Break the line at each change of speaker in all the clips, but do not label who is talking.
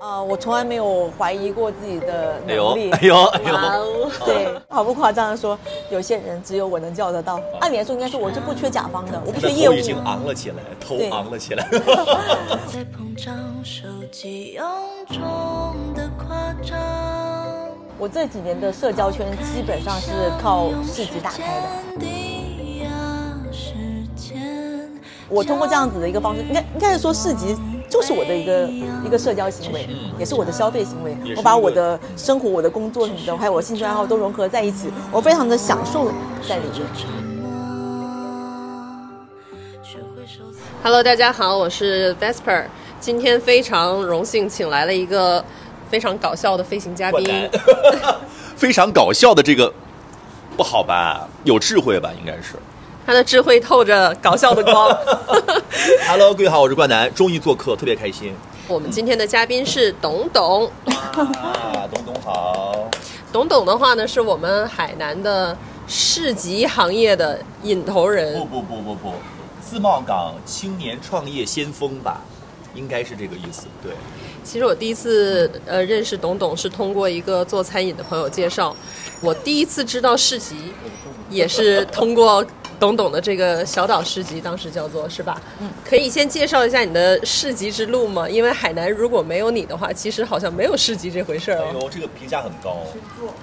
呃，我从来没有怀疑过自己的
哎呦
能力。
哎呦哎呦
哇哦对，毫不夸张的说，有些人只有我能叫得到。按理来说，应该说我是不缺甲方的，我不缺
他啊嗯的
业
头
务
已。经昂了起来，头
对
昂了起来。
在膨胀，手机臃肿的夸张。
我这几年的社交圈基本上是靠市集打开的。
的。
我通过这样子的一个方式，应该应该是说市集就是我的一个一个社交行为，也是我的消费行为
嗯也是。
我把
一个
我的生活、我的工作什么的，还有我兴趣爱好都融合在一起，我非常的享受在里面。
Hello，大家好，我是 Vesper。今天非常荣幸请来了一个非常搞笑的飞行嘉
灌
宾
篮， 非常搞笑的这个，不好吧？有智慧吧？应该是。
他的智慧透着搞笑的光。
Hello，各位好，我是冠南，终于做客，特别开 心。
我们今天的嘉宾是董董，
啊，东东好，
董董的话呢，是我们海南的市集行业的引头
不
人。
不不不不，自贸港青年创业先锋吧，应该是这个意思。对，
其实我第一次呃认识董董是通过一个做餐饮的朋友介绍，我第一次知道市集也是通过董董的这个小岛市集，当时叫做是吧？嗯，可以先介绍一下你的市集之路吗？因为海南如果没有你的话，其实好像没有市集这回事儿
哎
哦。
呦，这个评价很高。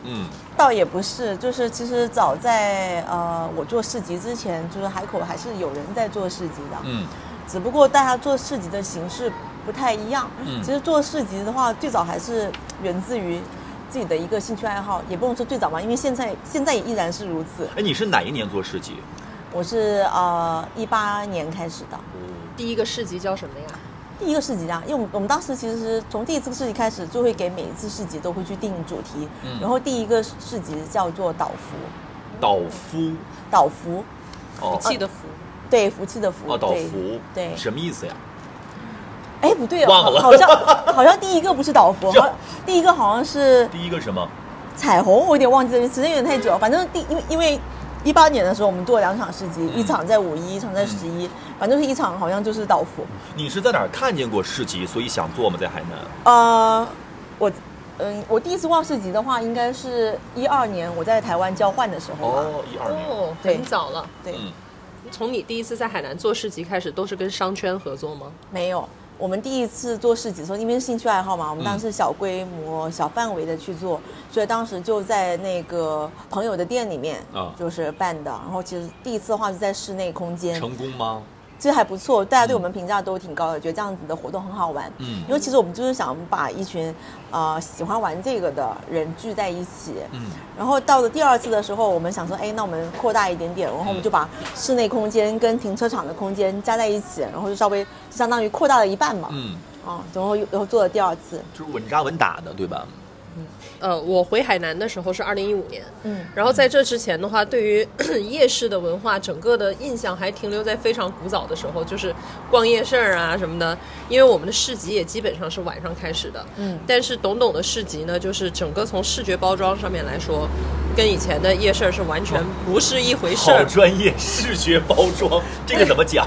嗯，
倒也不是，就是其实早在呃我做市集之前，就是海口还是有人在做市集的，
嗯，
只不过大家做市集的形式不太一样。
嗯
其实做市集的话，最早还是源自于自己的一个兴趣爱好，也不能说最早吧，因为现在现在也依然是如此。
哎，你是哪一年做市集？
我是呃一八年开始的
第一个市集叫什么呀？
第一个市集啊，因为我们我们当时其实是从第一次市集开始，就会给每一次市集都会去定主题，
嗯
然后第一个市集叫做岛福，
岛夫。
岛福。
哦
记得福。
对，福气的福。
哦，岛
对
福。
对，
什么意思呀？
哎，不对哦，
忘了
好好像好像第一个不是岛福，
就
好像第一个好像是
第一个什么？
彩虹，我有点忘记了，时间有点太久了。反正第因为因为一八年的时候，我们做了两场市
嗯
集，一场在五一，一场在十一，反正是一场好像就是岛福。
你是在哪儿看见过市集，所以想做吗？在海南？
呃，我嗯，我第一次逛市集的话，应该是一二年我在台湾交换的时候吧。
哦，一二年。
哦，
对
很早了。
对，
嗯，
从你第一次在海南做市集开始，都是跟商圈合作吗？
没有。我们第一次做市集的时候，因为是兴趣爱好嘛，我们当时小规模、小范围的去做，所以当时就在那个朋友的店里面
啊，
就是办的。然后其实第一次的话是在室内空间，
成功吗？
其实还不错，大家对我们评价都挺高的，觉得这样子的活动很好玩。
嗯
因为其实我们就是想把一群呃喜欢玩这个的人聚在一起。
嗯，
然后到了第二次的时候，我们想说，哎，那我们扩大一点点，然
嗯
后我们就把室内空间跟停车场的空间加在一起，然后就稍微相当于扩大了一半嘛。
嗯，
啊，然后又然后做了第二次，
就是稳扎稳打的，对吧？
呃，我回海南的时候是二零一五年，
嗯，
然后在这之前的话，对于 夜市的文化，整个的印象还停留在非常古早的时候，就是逛夜市儿啊什么的。因为我们的市集也基本上是晚上开始的，
嗯
但是董董的市集呢，就是整个从视觉包装上面来说，跟以前的夜市儿是完全不是一回事
好
儿。
专业，视觉包装，这个怎么讲？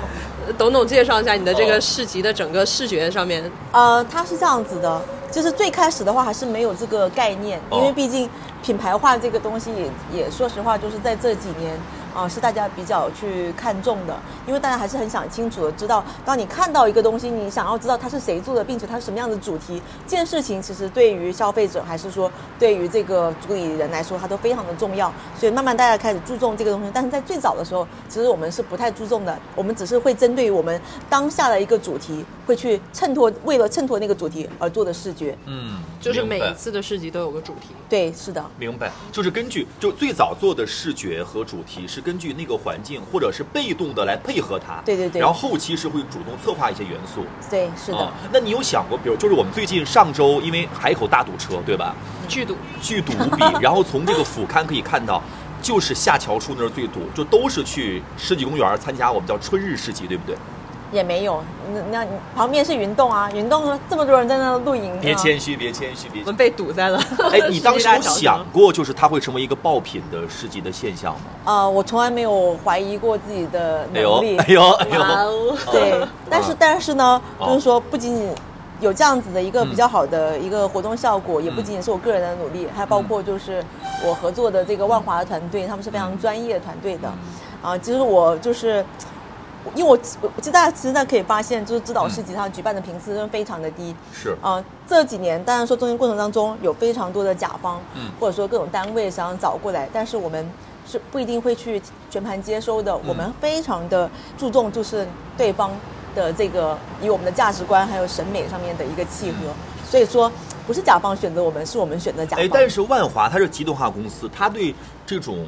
董董介绍一下你的这
哦
个市集的整个视觉上面，
呃，它是这样子的，就是最开始的话还是没有这个概念，
哦
因为毕竟品牌化这个东西也也说实话，就是在这几年。啊、是大家比较去看重的，因为大家还是很想清楚的知道，当你看到一个东西，你想要知道它是谁做的，并且它是什么样的主题，这件事情其实对于消费者还是说对于这个主理人来说，它都非常的重要。所以慢慢大家开始注重这个东西，但是在最早的时候，其实我们是不太注重的，我们只是会针对于我们当下的一个主题，会去衬托，为了衬托那个主题而做的视觉。
嗯，
就是
明
每
白
一次的市集都有个主题。
对，是的，
明白，就是根据就最早做的视觉和主题是根据那个环境，或者是被动的来配合它。
对对对
然后后期是会主动策划一些元素。
对，是的。
啊那你有想过，比如就是我们最近上周因为海口大堵车，对吧？
剧毒，
巨堵 无比。然后从这个俯瞰可以看到，就是下桥处那儿最堵，就都是去世纪公园参加我们叫春日市集，对不对？
啊也没有，那那旁边是云洞啊，云洞这么多人在那露营、啊，
别谦虚，别谦虚，别
我
谦
们被堵在了。
虚。哎，你当时有
市集大桥上
想过，就是它会成为一个爆品的市集的现象吗？
呃，我从来没有怀疑过自己的
哎呦
能力。，
哎呦，哎
哇
呦！
哦
对
啊，
但是但是呢，
哦嗯
就是说不仅仅有这样子的一个比较好的一个活动效果，也不仅仅是我个人的努力，还
嗯
包括就是我合作的这个万华的团队，他们是非
嗯
常专业的团队的。啊，其实我就是。因为我我其实大家其实大家可以发现，就是指
嗯
导市集它举办的频次真的非常的低，
是
啊、这几年当然说中间过程当中有非常多的甲方，
嗯
或者说各种单位想要找过来，但是我们是不一定会去全盘接收
嗯
的。我们非常的注重就是对方的这个以我们的价值观还有审美上面的一个契合，所以说不是甲方选择我们，是我们选择甲方。
嗯哎，但是万华它是集团化公司，它对这种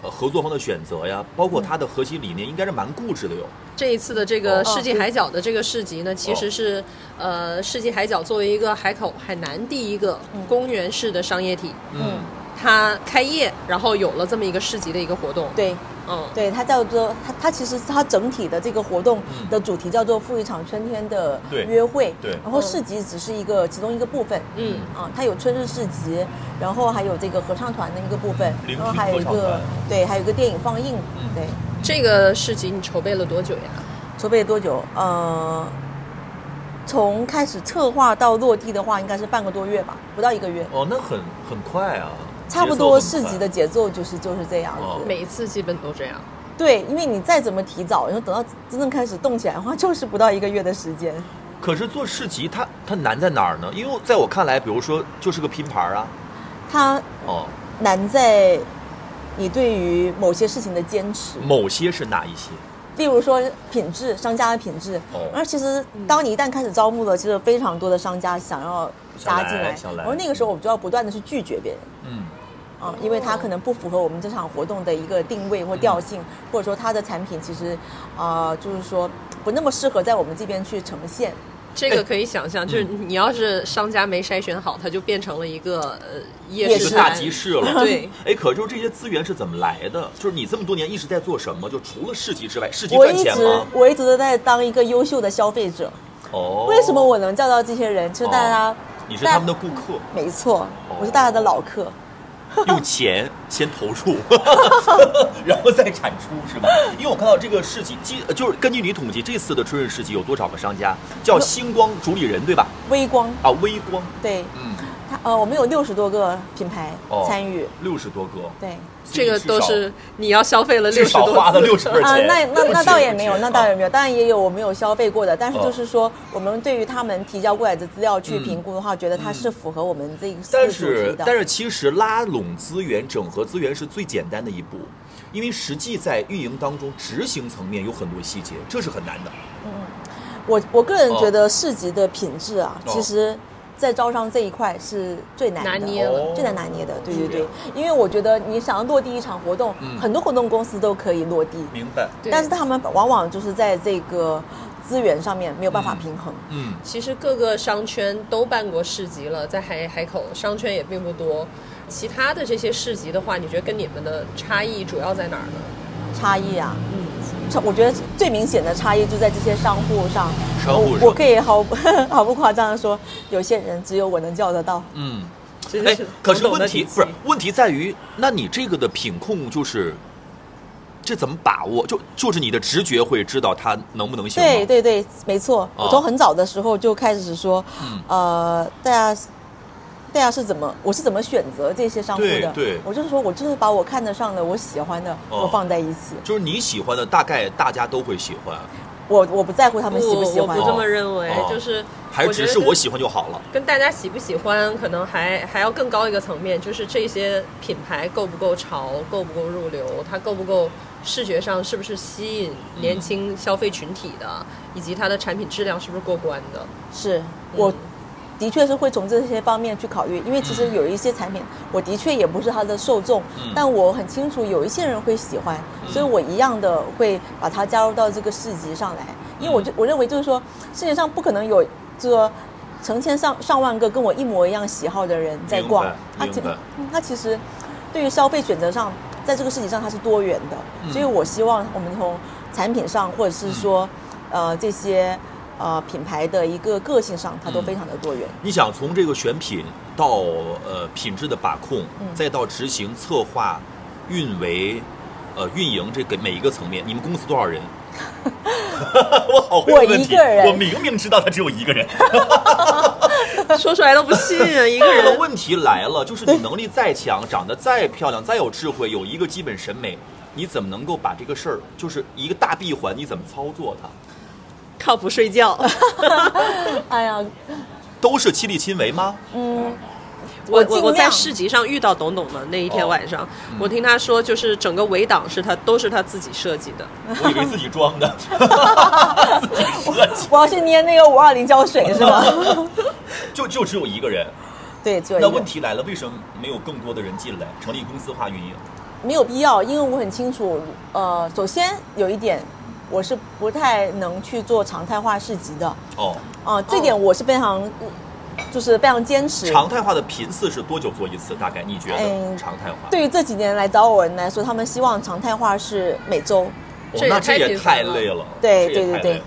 呃合作方的选择呀，包括它的核心理念，应该是蛮固执的哟。
这一次的这个世纪海角的这个市集呢，其实是呃世纪海角作为一个海口海南第一个公园式的商业体，
嗯，
它开业，然后有了这么一个市集的一个活动。，
对。
嗯，
对，它叫做它它其实它整体的这个活动的主题叫做“赴一场春天的
嗯对
约会”，
对
然后市集只是一个其中一个部分，
嗯
啊，它有春日市集，然后还有这个合唱团的一个部分，
聆
然
听
后还有一
合唱团嗯
个对，还有一个电影放映，对，
这个市集你筹备了多久呀？
筹备多久？呃，从开始策划到落地的话，应该是半个多月吧，不到一个月，
哦，那很很快啊，
差不多市集
节奏很快
的节奏就是就是这样子。
哦
每一次基本都这样。
对，因为你再怎么提早，然后等到真正开始动起来的话，就是不到一个月的时间。
可是做市集它它难在哪儿呢？因为在我看来，比如说就是个拼盘儿啊，
它
哦，
难在你对于某些事情的坚持，
某些是哪一些？
例如说品质，商家的品质
哦。
而其实当你一旦开始招募了，其实非常多的商家想要加进来
想来想，来
然后那个时候我们就要不断的去拒绝别人。
嗯，
啊，因为它可能不符合我们这场活动的一个定位或调
嗯
性，或者说它的产品其实，啊，就是说不那么适合在我们这边去呈现。
这个可以想象，就是你要是商家没筛选好，它就变成了一个呃夜
夜市
是个
市
大
摊
集市了。
对，
哎，可就是这些资源是怎么来的？就是你这么多年一直在做什么？就除了市集之外，市集
我
赚
一
钱
直
吗？
我一直都在当一个优秀的消费者。
哦，
为什么我能叫到这些人？其实大家
哦，你是他们的顾客？
没错，我是大家的老客。
用钱 先投入，然后再产出，是吧？因为我看到这个市集，基呃就是根据你统计，这次的春日市集有多少个商家？叫星光主理人对吧？
微光，
啊，微光，
对，
嗯，
它呃，我们有六十多个品牌
哦
参与，
六十多个，
对。
这个都是你要消费 了
至
六十
少
多
至
次
少花了六十块钱
啊，那那
不止
那倒也没有，
不止
那倒也
啊
没有，当然也有我没有消费过的，但是
哦
就是说，我们对于他们提交过来的资料去
嗯
评估的话，觉得它是符合我们这一次
但
主题
是
的。
啊但是其实拉拢资源、整合资源是最简单的一步，因为实际在运营当中，执行层面有很多细节，这是很难的。
我我个人
哦
觉得市集的品质啊，
哦
其实，在招商这一块是最难的
拿捏了
最难拿捏的。对对
是这
对
样，
因为我觉得你想要落地一场活动，
哦嗯
很多活动公司都可以落地，
明白，
对
但是他们往往就是在这个资源上面没有办法
嗯
平衡。
嗯，
其实各个商圈都办过市集了，在海海口商圈也并不多。其他的这些市集的话，你觉得跟你们的差异主要在哪儿呢？
差异啊，嗯，我觉得最明显的差异就在这些商户上。
商户
我
上
我可以毫 不毫不夸张的说，有些人只有我能叫得到。
嗯。
真
哎
是，
可是
懂得
问题
底气
不是问题在于，那你这个的品控就是，这怎么把握？就就是你的直觉会知道它能不能行吗
对对对，没错，
哦
我从很早的时候就开始说，
嗯
呃，大家。大家是怎么？我是怎么选择这些商户的？
对对
我就是说，我就是把我看得上的、我喜欢的，
哦
我放在一起。
就是你喜欢的，大概大家都会喜欢，
我我不在乎他们喜不喜
我
欢
不。这么认为，
哦
就是
还是
觉
只
得
是我
跟
喜欢就好了。
跟大家喜不喜欢，可能还还要更高一个层面，就是这些品牌够不够潮，够不够入流，它够不够视觉上是不是吸引年轻消费群体的，以及它的产品质量是不是过关的。
是
嗯
我的确是会从这些方面去考虑，因为其实有一些产
嗯
品，我的确也不是它的受众，但我很清楚有一些人会喜欢，
嗯
所以我一样的会把它加入到这个市集上来，因
嗯
为我就我认为就是说，世界上不可能有这个成千上上万个跟我一模一样喜好的人在逛
明白，
他其
明白
他其实对于消费选择上，在这个市集上它是多元
嗯
的，所以我希望我们从产品上，或者是说，呃，这些呃品牌的一个个性上，它都非常的多元。
你想从这个选品到呃品质的把控，
嗯
再到 执行、策划、运维、呃运营这个每一个层面，你们公司多少人？我好会问问
我
题
一个人
我明明知道他只有一个人。
说出来都不信，啊一
这
个
个
人
问题来了，就是你能力再强，长得再漂亮，再有智慧，有一个基本审美，你怎么能够把这个事儿，就是一个大闭环，你怎么操作它？
靠谱睡 觉。
哎呀，
都是亲力亲为吗？
嗯，
我哦
尽
我我在
量
市集上遇到董董的那一天晚上，我听他说，就是整个围挡是他都是他自己设计的，
我以为自己装的， 自己设计，
我要去捏那个五二零胶水是 吗？
就就只有一个人。
对，只有一
那
个
问题来了，为什么没有更多的人进来，成立公司化运营？
没有必要，因为我很清楚，呃，首先有一点，我是不太能去做常态化市集的，啊、
哦，
这点我是非常，就是非常坚持。
常态化的频次是多久做一次？大概你觉得
嗯
常态化？
对于这几年来找我的人来说，他们希望常态化是每周，
哦
这也
那这
太
也
频繁
太
了
累了，
对
这也
对对
太
对
累了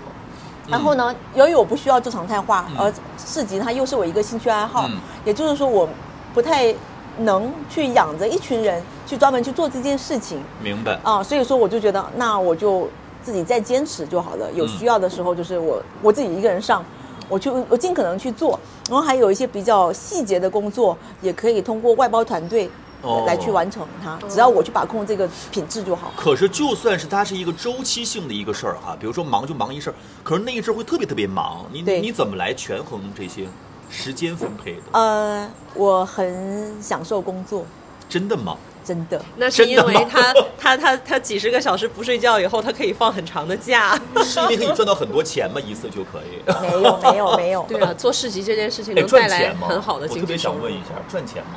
然后呢，由于我不需要做常态化，
嗯
而市集它又是我一个兴趣爱好，
嗯
也就是说我不太能去养着一群人去专门去做这件事情
明白。
啊、所以说我就觉得那我就自己再坚持就好了，有
嗯
需要的时候就是我我自己一个人上。我去，我尽可能去做，然后还有一些比较细节的工作，也可以通过外包团队
哦
来去完成它。只要我去把控这个品质就好。
可是，就算是它是一个周期性的一个事儿哈，比如说忙就忙一事儿，可是那一阵儿会特别特别忙，你你
对
你怎么来权衡这些时间分配的？
呃，我很享受工作，
真的吗？
真的。
那是
真
因
的吗
为 他他他他几十个小时不睡觉以后，他可以放很长的假。
是因为可以赚到很多钱吗？一次就可以？
没有没有没有，
对啊， 做市集这件事情
哎，
能
赚
带来
钱吗？
很好的
我
经
特
济
别
收
想
入
问。一下，赚钱吗？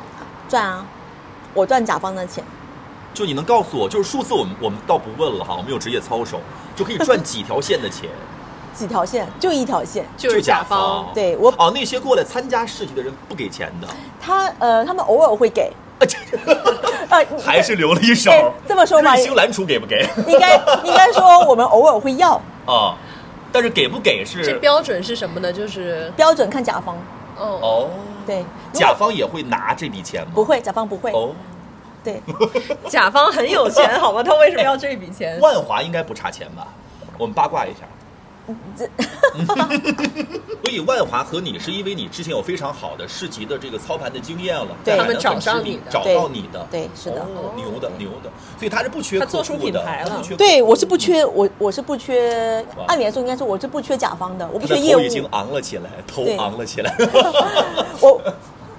赚啊，我赚甲方的钱，
就你能告诉我，就是数字我们我们倒不问了哈，我们有职业操守，就可以赚几条线的钱，
几条线就一条线。
就是
甲
甲方，
对我
哦，那些过来参加市集的人不给钱 的，
他呃，他们偶尔会给，呃，
还是留了一手
哎。这么说吧
瑞星蓝厨给不给？
应该应该说我们偶尔会要，
啊，但是给不给
这
是
标准是什么呢？就是
标准看甲方，
哦，
哦，
对，如
甲
果
方也会拿这笔钱吗？
不会，甲方不会，
哦，
对，
甲方很 有钱，好吗？他为什么要这笔钱？
万华应该不差钱吧？我们八卦一下。
这
所以万华和你是因为你之前有非常好的市集的这个操盘的经验了，
对
在
他
海
们
南
找
粉丝
上
里
你的
找
对
到你的，
对是的
哦牛的牛的，所以他是不缺
他
客
做出
户
品
的，
牌了
不缺
对我是不 缺，我我是不缺
哇，
按理来说应该说我是不缺甲方的，我不缺
他的
业
头
务
已，经昂了起来，头
对
昂了起来。
我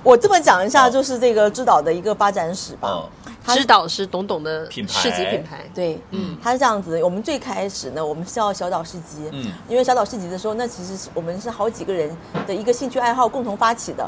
我这么讲一下，就是这个指导的一个发展史吧，
嗯，
他
知导是董董的
品牌
市集品牌，
对，嗯，它是这样子。我们最开始呢，我们是叫小岛市集，
嗯
因为小岛市集的时候，那其实是我们是好几个人的一个兴趣爱好共同发起的。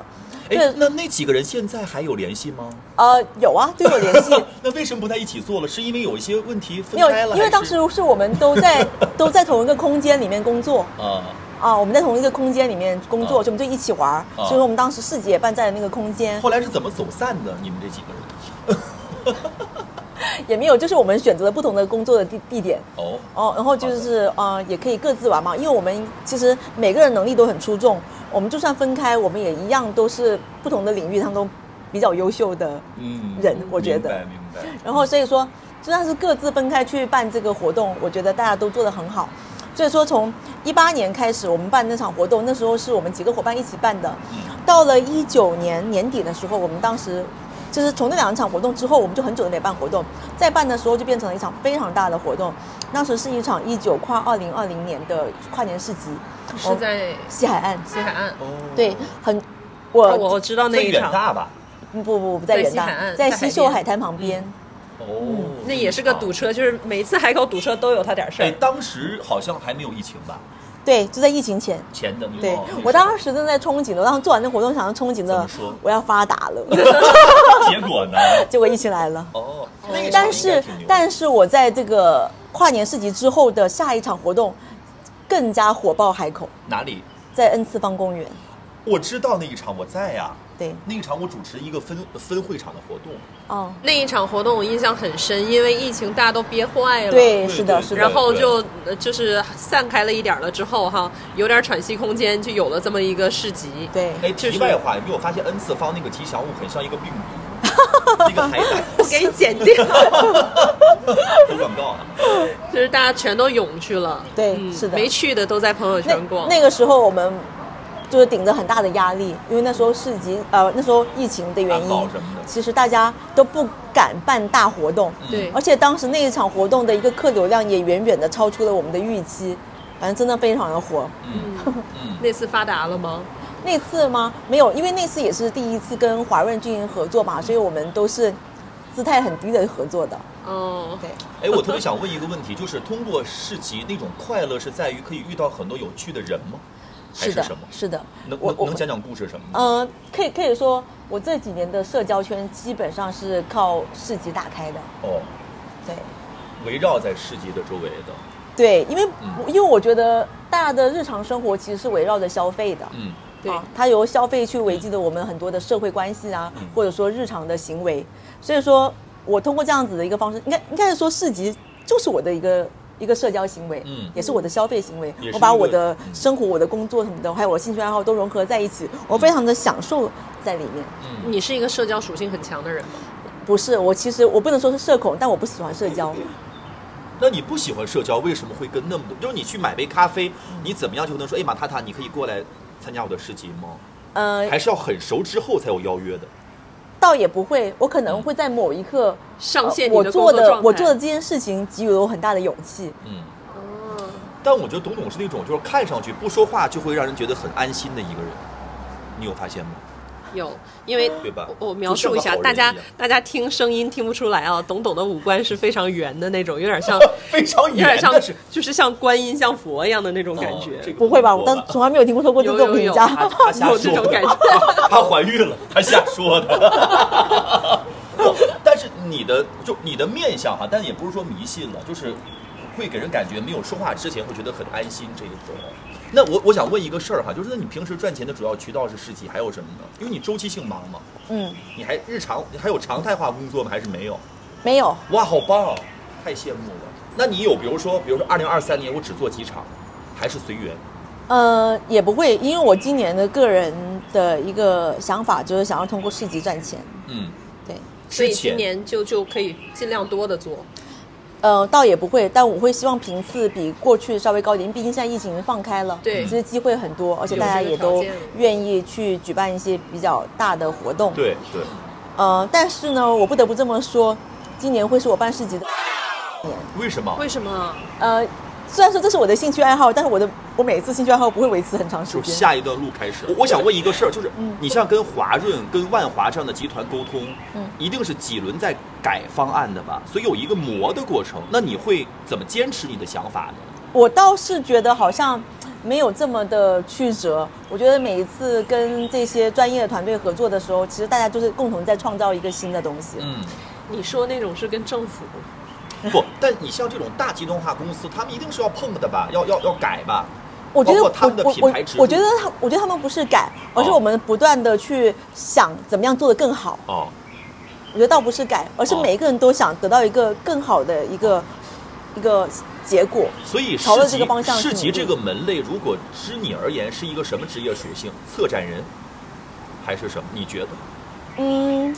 哎
对，
那那几个人现在还有联系吗？
呃，有啊，对我联 系。
那为什么不在一起做了？是因为有一些问题分
没有
开了，，
因为当
还
时
是
是我们都 在都在同一个空间里面工作
啊，
啊，我们在同一个空间里面工
啊
作，所以我们就一起玩儿。
啊
所以说我们当时市集也办在那个空间，
后来是怎么走散的？你们这几个人？
也没有，就是我们选择了不同的工作的地地点。
哦，
哦，然后就是呃，也可以各自玩嘛，因为我们其实每个人能力都很出众，我们就算分开，我们也一样都是不同的领域当中比较优秀的。
嗯
人我觉得
明白明白。
然后所以说，就算是各自分开去办这个活动，我觉得大家都做得很好。所以说，从一八年开始，我们办那场活动，那时候是我们几个伙伴一起办的。
嗯
到了一九年年底的时候，我们当时就是从那两场活动之后，我们就很久都没办活动。再办的时候，就变成了一场非常大的活动。当时是一场一九跨二零二零年的跨年市集，哦
是在
西海岸。
西海岸。
哦，
对，很
哦
我
我知道
在
那一
远
场，
大吧？
不不不不在远
在西海
大，
岸嗯
在
在海
西秀
边
海滩旁边。
哦，
那也是个堵
车。
车，就是每次海口堵车都有他点事
哎，
儿。
当时好像还没有疫情吧？
对，就在疫情前。
前的那个
对
哦那个
我当时正在憧憬的，我当时做完那活动，想要憧憬
怎么
的
说，
我要发达了，
结果呢？
结果疫情来了。
哦，那个
但是，但
是
是我在这个跨年市集之后的下一场活动，更加火爆海口，
哪里？
在 N 次方公园。
我知道那一场我在呀、
对，
那一场我主持一个分分会场的活动，
哦，
那一场活动我印象很深，因为疫情大家都憋坏了。
对，
对
是的，
对
是
然
的，
后
对
就呃就是散开了一点儿了之后哈，有点喘息空间，就有了这么一个市集。
对，
哎，
就
题
是
外话，你有没有发现 N 次方那个吉祥物很像一个病 毒？那个海胆，
我给你剪掉，
投广告啊，
就是大家全都涌去了。
对
嗯
是的
没去的都在朋友
那
圈逛。
那个时候我们就是顶着很大的压力，因为那时候市集呃那时候疫情的原
安
因
保什么的，嗯
其实大家都不敢办大活动，
对
而且当时那一场活动的一个客流量也远远的超出了我们的预期，反正真的非常的火。
嗯，
那次发达了吗？
那次吗？没有，因为那次也是第一次跟华润军营合作嘛，所以我们都是姿态很低的合作的。
哦，
对，
哎，我特别想问一个问题，就是通过市集那种快乐是在于可以遇到很多有趣的人吗？还
的
什么，？
是的。
能
我
能
我
能讲讲故事什么吗？
呃，可以可以说，我这几年的社交圈基本上是靠市集打开的。
哦，
对
嗯围绕在市集的周围的，
对，因为、
嗯
因为我觉得大家的日常生活其实是围绕着消费的。
嗯，
对，
啊，它由消费去维系着我们很多的社会关系啊，
嗯
或者说日常的行为。所以说我通过这样子的一个方式，应该应该是说市集就是我的一个一个社交行为，
嗯
也是我的消费行为
也。是
我把
一个
我的
嗯
生活、我的工作什么的，还有我兴趣爱好都融合在一起，我非常的享受在里面。
你是一个社交属性很强的人吗？
不是我，其实我不能说是社恐，但我不喜欢社交。
那你不喜欢社交，为什么会跟那么多？就是你去买杯咖啡，你怎么样就能说，哎，马塔塔，你可以过来参加我的市集吗？
呃，
嗯还是要很熟之后才有邀约的？
倒也不会，我可能会在某一刻。呃
上线你
我
呃的工
做
作状态
的，我做的这件事情给予了我很大的勇气。
嗯。
哦
但我觉得董董是那种就是看上去不说话就会让人觉得很安心的一个人，你有发现吗？
有，因为
对吧
我我描述一下，
就像个好人
大家
一样
大家听声音听不出来啊，董董的五官是非常圆的那种，有 点像
非常
有点像
的是
就是像观音像佛一样的那种感觉。
这个
不会吧？
我
我当从来没有听过说过这种
有有
评
有
价。
他他瞎
有这
说
种
的
感觉，
她怀孕了，她瞎说 的。哦但是你的就你的面相哈，但也不是说迷信了，就是会给人感觉没有说话之前会觉得很安心这一种。那我我想问一个事儿哈，就是那你平时赚钱的主要渠道是市集，还有什么呢？因为你周期性忙嘛，
嗯，
你还日常你还有常态化工作吗？还是没有？
没有，
哇，好棒、哦，太羡慕了。那你有比如说，比如说二零二三年我只做几场，还是随缘？
呃，也不会，因为我今年的个人的一个想法就是想要通过市集赚钱，
嗯，
对，
所
之
以今
前
年就就可以尽量多的做。
呃，倒也不会，但我会希望频次比过去稍微高一点，毕竟现在疫情放开了，
对
其实机会很多，而且大家也
有
都
这个条件
愿意去举办一些比较大的活动，，
对对，
呃，但是呢，我不得不这么说，今年会是我办市集的年，
为什么？
为什么？
呃，虽然说这是我的兴趣爱好，但是我的我每一次兴趣爱好不会维持很长时
就是
间，
下一段路开始。我嗯我想问一个事儿，就是你像跟华润、跟万华这样的集团沟通，
嗯
一定是几轮在改方案的吧？所以有一个磨的过程。那你会怎么坚持你的想法呢？
我倒是觉得好像没有这么的曲折。我觉得每一次跟这些专业的团队合作的时候，其实大家就是共同在创造一个新的东西。
嗯，
你说那种是跟政府
不，但你像这种大集团化公司，他们一定是要碰的吧？要要要改吧？
我觉得
包括他们的
我
品
我
牌植
我
入
我觉得他，我觉得他们不是改，而是
哦
我们不断的去想怎么样做得更好。
哦，
我觉得倒不是改，而是
哦
每一个人都想得到一个更好的一个一个结果。
所以市
朝着
集
这个方向去
市集
努力
这个门类，如果知你而言是一个什么职业属性？策展人，还是什么？你觉得？
嗯，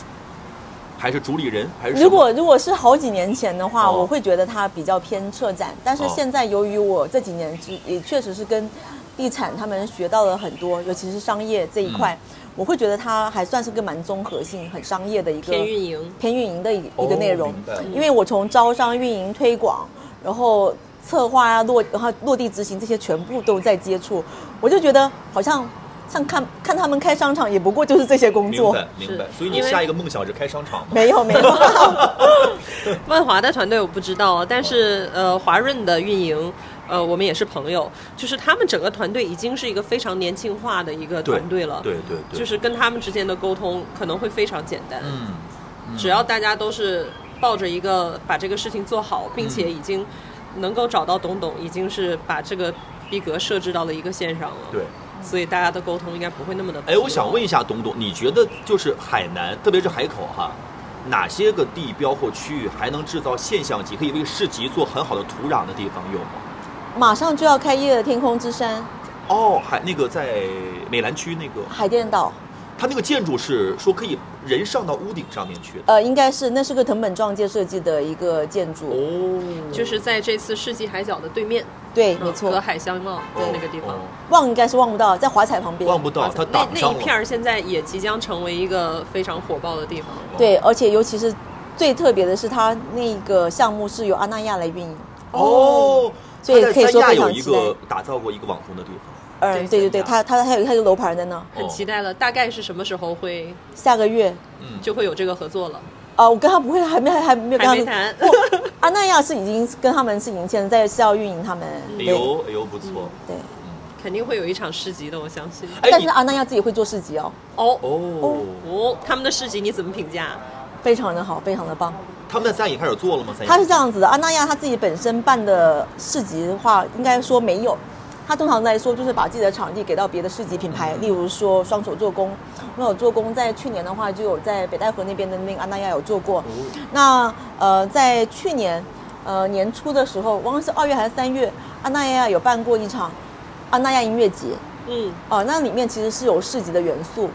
还是主理人？还是什么
如果如果是好几年前的话，
哦
我会觉得它比较偏策展，但是
哦
现在由于我这几年之也确实是跟地产他们学到了很多，尤其是商业这一块，
嗯
我会觉得它还算是个蛮综合性、很商业的一个
偏运营？
偏运营的一一个内容
哦明白了，
因为我从招商、运营、推广，然后策划啊、落然后落地执行这些全部都在接触，我就觉得好像像看看他们开商场，也不过就是这些工
明
作，
白明白。
是
所以你
因为
下一个梦想是开商场吗？
没有没有。
万华的团队我不知道，但是呃，华润的运营，呃，我们也是朋友，就是他们整个团队已经是一个非常年轻化的一个
对
团队了，
对对对，
就是跟他们之间的沟通可能会非常简单，
嗯，嗯
只要大家都是抱着一个把这个事情做好，并且已经能够找到董董，已经是把这个逼格设置到了一个线上了，
对。
所以大家的沟通应该不会那么的。
哎，我想问一下董董，你觉得就是海南，特别是海口哈，哪些个地标或区域还能制造现象级，可以为市集做很好的土壤的地方有吗？
马上就要开业的天空之山
哦，海那个在美兰区那个，
海淀岛，
它那个建筑是说可以人上到屋顶上面去了。
呃，应该是那是个藤本壮介设计的一个建筑，
哦，
就是在这次世纪海角的对面，
对，
嗯
没错
隔，海相望
对
那个地方
哦。
望应该是望不到，在华彩旁边，
望不到，它
那
挡
那
上
一
了。
片儿现在也即将成为一个非常火爆的地方。
对，而且尤其是最特别的是，它那个项目是由阿那亚来运营。
哦，
所以
它在
可以
三
说
亚
非常
有一
期
个打造过一个网红的地方。
嗯，对对对，它它还有它有楼盘在那，
很期
待。
待了，大概是什么时候会
下个月
嗯，
就会有这个合作了？
啊，我跟他不会，还没还还没有跟他
还没
们
谈，
阿那亚是已经跟他们是已经签了，在是要运营他们，
哎
对
呦哎呦，不错。
对，
肯定会有一场市集的，我相信。
哎，
嗯但
你
是啊阿那亚自己会做市集哦，
哦
哦，
哦，他们的市集你怎么评价？
非常的好，非常的棒。
他们在三亚已经开始做了吗？三亚
他是这样子的，阿那亚他自己本身办的市集的话，应该说没有。他通常来说就是把自己的场地给到别的市集品牌，例如说双手做工，那有做工在去年的话就有在北戴河那边的那个阿那亚有做过。那呃，在去年呃年初的时候，忘了是二月还是三月，阿那亚有办过一场阿那亚音乐节。
嗯，
哦，那里面其实是有市集的元素，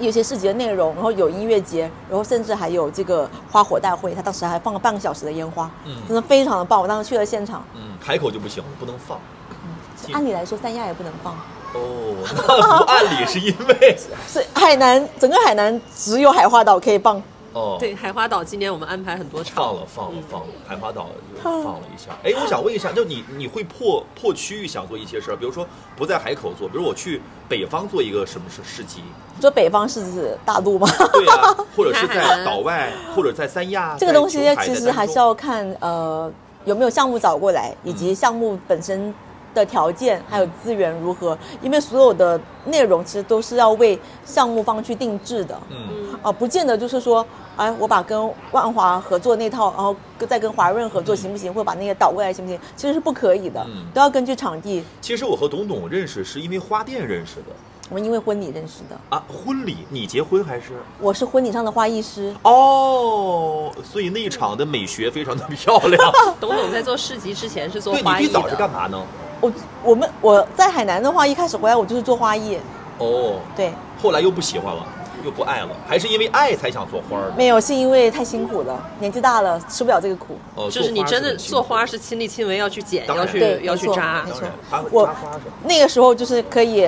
有一些市集的内容，然后有音乐节，然后甚至还有这个花火大会，他当时还放了半个小时的烟花，
嗯
真的非常的棒。我当时去了现场，
嗯，海口就不行了，不能放。嗯
按理来说三亚也不能放，
哦，那 不按理是因为
所以海南整个海南只有海花岛可以放。
哦，
对，海花岛今年我们安排很多场
放，了放了放了，海花岛
嗯
又放了一下。哎，我想问一下，就你你会破破区域想做一些事儿，比如说不在海口做，比如我去北方做一个什么市市集，
你说北方是指大陆吗？
对啊，或者是
你看海
在
南
岛外，或者在三亚，
这个
在
东西
琼海
其
在
实
丹
还
东
是要看呃有没有项目找过来，以
嗯
及项目本身的条件还有资源如何，因为所有的内容其实都是要为项目方去定制的。
嗯
啊，不见得就是说，哎，我把跟万华合作那套，然后跟再跟华润合作行不行，或者把那个导过来行不行？其实是不可以的，
嗯
都要根据场地。
其实我和董董认识是因为花店认识的
我们因为婚礼认识的，
啊，婚礼你结婚还是
我是婚礼上的花艺师，
哦，所以那一场的美学非常的漂 亮。
董总在做市集之前是做
对你
花艺
最早是干
的，
嘛呢？
我我们我在海南的话，一开始回来我就是做花艺，
哦，
对，
后来又不喜欢了，又不爱了，还是因为爱才想做花儿的。
没有是因为太辛苦了，年纪大了吃不了这个苦。
哦，
就是你
花
真的
很辛苦
做花是亲力亲为，要去剪，
当然
要去
对
要去
没错
扎
没。
当
错
然，花
我
扎花是吧
那个时候就是可以，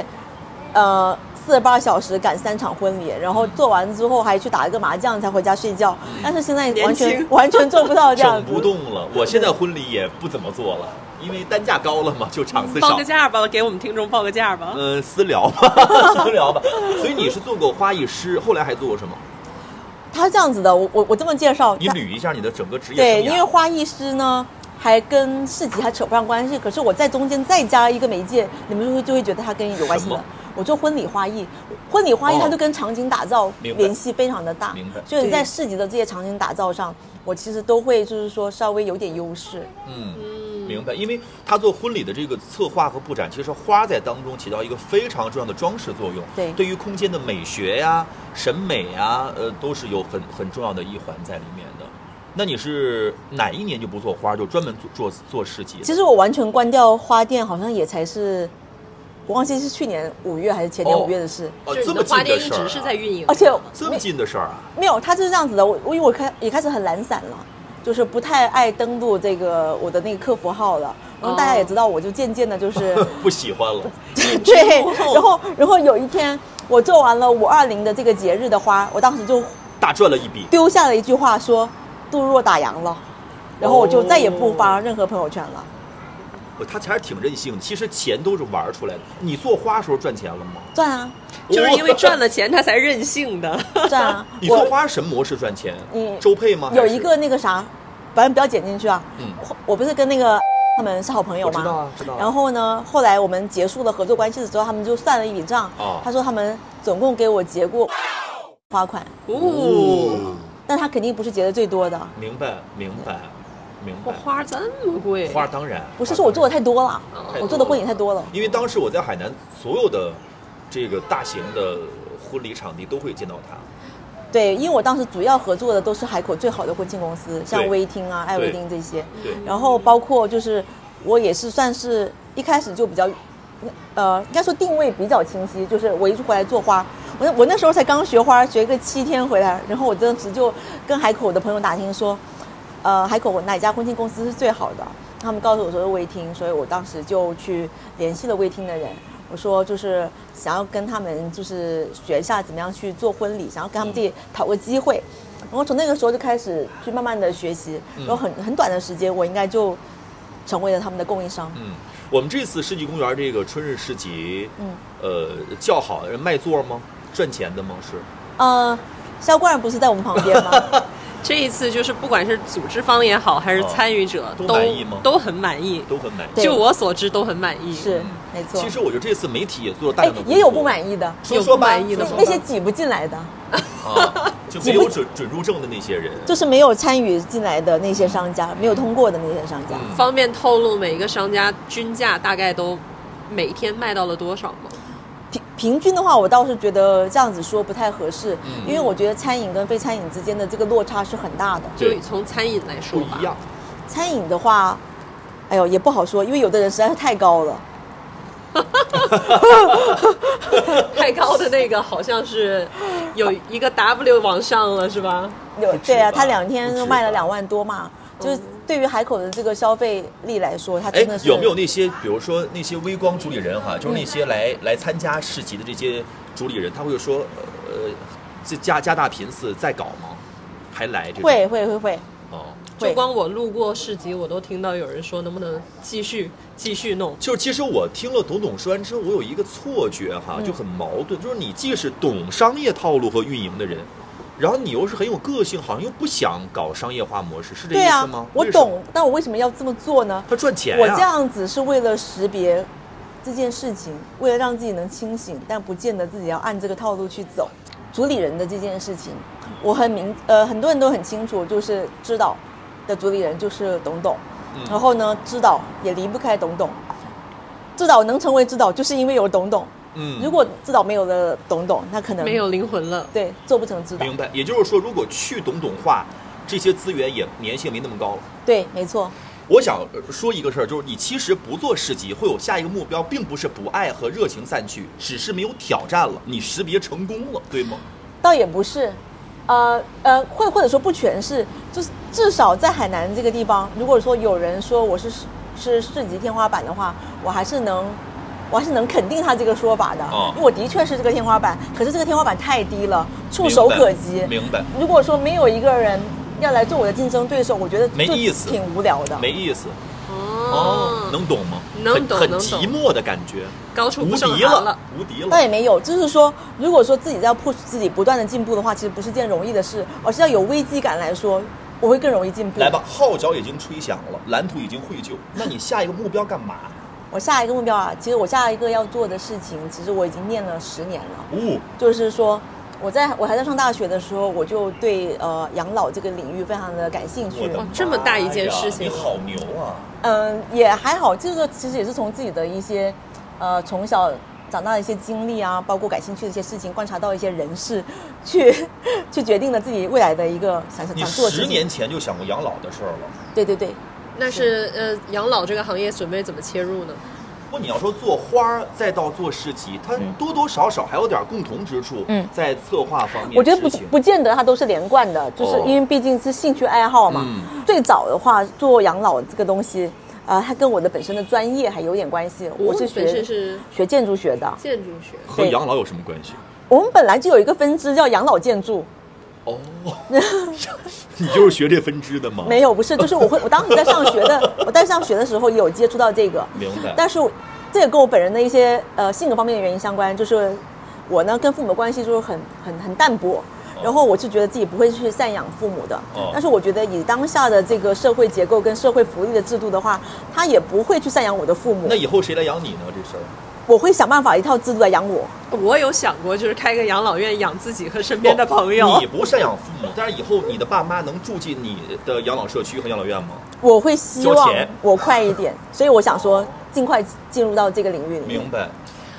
呃，四十八小时赶三场婚礼，然后做完之后还去打一个麻将，才回家睡觉。但是现在
年
完
轻
全完全做不 到这样
整
子，
不动了。我现在婚礼也不怎么做了，因为单价高了嘛，就场次
报
少
个。价吧，给我们听众报个价吧。
呃，私聊 吧，私聊吧。所以你是做过花艺师，后来还做过什么？
他这样子的，我我我这么介绍，
你
他
捋一下你的整个职业
对，
生
因
涯
为花艺师呢。还跟市集还扯不上关系，可是我在中间再加一个媒介，你们就会就会觉得它跟有关系
什么
了。我做婚礼花艺，婚礼花艺
哦
它就跟场景打造
明白
联系非常的大
明白，
所以在
对
市集的这些场景打造上，我其实都会就是说稍微有点优势。
嗯，明白。因为他做婚礼的这个策划和布展，其实花在当中起到一个非常重要的装饰作用。
对
对于空间的美学呀、审美呀、呃，都是有很很重要的一环在里面的。那你是哪一年就不做花，就专门做做做市集的？
其实我完全关掉花店，好像也才是，我忘记是去年五月还是前年
哦
五月的事。
哦，
就是
这
你
么
的花
近
店
的
一
事儿、啊，
直是在运营的，
而且
这么近的事儿啊！
没有，他就是这样子的。我我因为我开也开始很懒散了，就是不太爱登录这个我的那个客服号了。然后大家也知道，我就渐渐的 就是、
不喜欢了，
对，然后然后有一天我做完了五二零的这个节日的花，我当时就
大赚了一笔。
丢下了一句话说杜若打烊了，然后我就再也不发任何朋友圈了。
哦他还是挺任性的，其实钱都是玩儿出来的。你做花时候赚钱了吗？
赚啊
就是因为赚
了。
了钱他才任性的。
赚啊
！你
我
做花什么模式赚钱？
嗯
你
周配吗？
有
还是
一个那个啥，反正不要剪进去啊。
哦嗯
我我不是跟那个他们是好朋友
我知道
吗
啊？知道啊
然后呢，后来我们结束了合作关系之后，他们就算了一笔账。
哦
他说他们总共给我结过花款，
哦，
但他肯定不是结的最多的。
明白，明白，明
哇
白。
花这么贵，
花当然
不是说我做的太多了
哦太，
我做的婚礼太多了。
因为当时我在海南，所有的这个大型的婚礼场地都会见到他。
对，因为我当时主要合作的都是海口最好的婚庆公司，像
对
威汀啊、艾
对
维汀这些。
对，
然后包括就是我也是算是一开始就比较，呃，应该说定位比较清晰，就是我一回来做花，我我那我那时候才刚学花，学个七天回来，然后我当时就跟海口的朋友打听说，呃，海口哪家婚庆公司是最好的？他们告诉我说是威厅，所以我当时就去联系了威厅的人。我说就是想要跟他们就是学一下怎么样去做婚礼，想要跟他们自己讨个机会。然后从那个时候就开始去慢慢的学习，
嗯
然后很很短的时间，我应该就成为了他们的供应商。
嗯，我们这次世纪公园这个春日市集，
嗯，
呃，叫好卖座吗？赚钱的吗？是，
呃，销冠不是在我们旁边 吗？
这一次就是不管是组织方也好，还是
哦
参与者，
都
都
满意吗
都很满意。
都很满意。
对
就我所知，都很满意。
是，没错。
其实我觉得这次媒体也做了大
哎
量的，
也有不满意的，
说说吧
有不满意的
那
说说吧
那些挤不进来的，
啊，就没有准准入证的那些人，
就是没有参与进来的那些商家，没有通过的那些商家。
嗯
方便透露每一个商家均价大概都每天卖到了多少吗？
平平均的话，我倒是觉得这样子说不太合适，
嗯
因为我觉得餐饮跟非餐饮之间的这个落差是很大的。
就
对
从餐饮来说
不
吧
一，样。
餐饮的话，哎呦也不好说，因为有的人实在是太高了。
太高的那个好像是有一个 W 往上了，是吧？
有
不止
对啊，
吧
他两天
不
就
止
卖了
吧
两万多嘛，就是
嗯
对于海口的这个消费力来说，它
哦哎
真的，是嗯
有没有那些，比如说那些微光主理人哈，就是那些来来参加市集的这些主理人，他会说，呃，这加加大频次再搞吗？还来这个？
会会会会
哦，
就
会。
光我路过市集，我都听到有人说能不能继续继续弄。
就是其实我听了董董说完之后，我有一个错觉哈，
嗯
就很矛盾，就是你既是懂商业套路和运营的人，然后你又是很有个性，好像又不想搞商业化模式，是这
对
意
啊
思吗？，
我
为什么
懂，但我为什么要这么做呢？
他赚钱、啊，
我这样子是为了识别这件事情，为了让自己能清醒，但不见得自己要按这个套路去走。主理人的这件事情，我很明呃，很多人都很清楚，就是知道的主理人就是董董，
嗯
然后呢，知道也离不开董董。知道能成为知道，就是因为有董董。
嗯，
如果知道没有了董董，那可能
没有灵魂了，
对做不成知道。
明白，也就是说，如果去懂懂化，这些资源也粘性没那么高了。
对，没错，
我想说一个事儿，就是你其实不做市集，会有下一个目标，并不是不爱和热情散去，只是没有挑战了，你识别成功了，对吗？
倒也不是，呃呃，或或者说不全是，就是至少在海南这个地方，如果说有人说我是市是市级天花板的话，我还是能。我还是能肯定他这个说法的，
哦
因为我的确是这个天花板，可是这个天花板太低了，触手
明白
可及。
明白，
如果说没有一个人要来做我的竞争对手，我觉得
没
就
意思
挺无聊的。
没意思
哦
哦，，能懂吗？
能
很
懂
很
能懂
寂寞的感觉，
高处
无
不胜
敌
寒哎
了。，无敌
倒
了。
也没有，就是说，如果说自己在 push 自己不断的进步的话，其实不是件容易的事，而是要有危机感来说，我会更容易进步。
来吧，，号角已经吹响了，蓝图已经绘就，那你下一个目标干嘛？
我下一个目标啊，其实我下一个要做的事情，其实我已经念了十年了，
哦，
就是说。我在我还在上大学的时候，我就对呃养老这个领域非常的感兴
我
趣
的。妈
哇
呀
这么大一件事情
你好牛啊！
嗯，也还好，这个其实也是从自己的一些呃从小长大的一些经历啊，包括感兴趣的一些事情，观察到一些人事，去 去决定了自己未来的一个想想
你
想做的事
十
情。
年前就想过养老的事儿了。
对对对，
那是呃，养老这个行业准备怎么切入呢？
不，你要说做花儿，再到做市集，它多多少少还有点共同之处。
嗯
在策划方面，
我觉得不
执行
不见得它都是连贯的，就是
哦
因为毕竟是兴趣爱好嘛。
嗯
最早的话做养老这个东西，呃，它跟我的本身的专业还有点关系。我是
哦本身
学
是
学建筑学的，
建筑学，
和养老有什么关系？
我们本来就有一个分支叫养老建筑，
哦，你就是学这分支的
哦
吗？
没有不是，就是我会我当时在上学的，我在上学的时候也有接触到这个，
明白
但是我这也跟我本人的一些呃性格方面的原因相关，就是我呢跟父母的关系就是很很很淡薄。然后我是觉得自己不会去赡养父母的，
哦
但是我觉得以当下的这个社会结构跟社会福利的制度的话，他也不会去赡养我的父母
那。以后谁来养你呢？这事儿
我会想办法一套制度来养我。
我有想过就是开个养老院养自己和身边的朋友。
你不赡养父母，但是以后你的爸妈能住进你的养老社区和养老院吗？
我会希
交
望
钱
我快一点，所以我想说尽快进入到这个领域里面。
明白。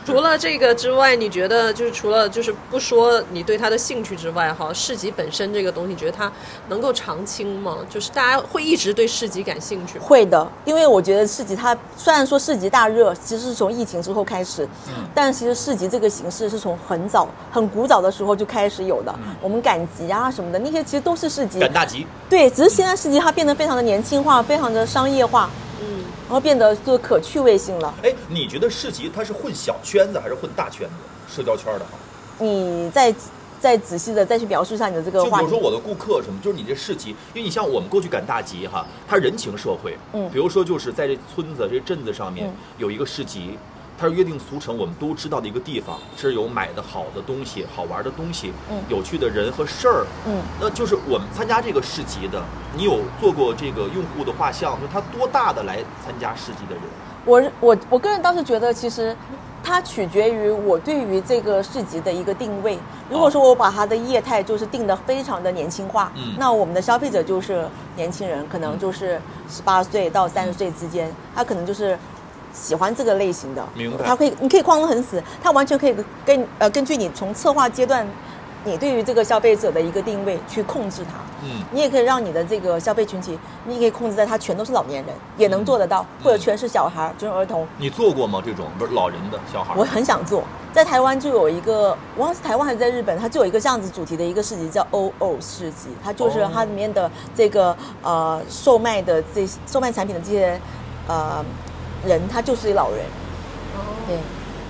除了这个之外，你觉得就是除了就是不说你对它的兴趣之外，哈，市集本身这个东西，你觉得它能够长青吗？就是大家会一直对市集感兴趣吗？
会的，因为我觉得市集它虽然说市集大热，其实是从疫情之后开始，
嗯
但其实市集这个形式是从很早、很古早的时候就开始有的。我们赶集啊什么的，那些其实都是市集。
嗯赶大集，
对，只是现在市集它变得非常的年轻化，非常的商业化，
嗯，
然后变得就可趣味性了。
哎，你觉得市集它是混小圈子还是混大圈子？社交圈的哈，
你再再仔细的再去描述一下你的这个
就比
话
如说
题。
我的顾客什么，就是你这市集，因为你像我们过去赶大集哈，它人情社会，
嗯
比如说就是在这村子这镇子上面
嗯
有一个市集，它是约定俗成我们都知道的一个地方，这儿有买的好的东西、好玩的东西，
嗯
有趣的人和事儿，
嗯，
那就是我们参加这个市集的，你有做过这个用户的画像，就是他多大的来参加市集的人？
我我我个人倒是觉得，其实它取决于我对于这个市集的一个定位。如
哦
果说我把它的业态就是定的非常的年轻化，
嗯
那我们的消费者就是年轻人，可能就是十八岁到三十岁之间，他可能就是。喜欢这个类型的，
明白
他可以，你可以框得很死，他完全可以根呃根据你从策划阶段，你对于这个消费者的一个定位去控制它。
嗯，
你也可以让你的这个消费群体，你也可以控制在它全都是老年人，也能做得到，
嗯
或者全是小孩儿，就是儿童。
你做过吗？这种不是老人的小孩儿？
我很想做，在台湾就有一个，我忘了是台湾还是在日本，它就有一个这样子主题的一个市集叫 OO 市集，它就是
哦
它里面的这个呃售卖的这售卖产品的这些呃人，他就是老人。对，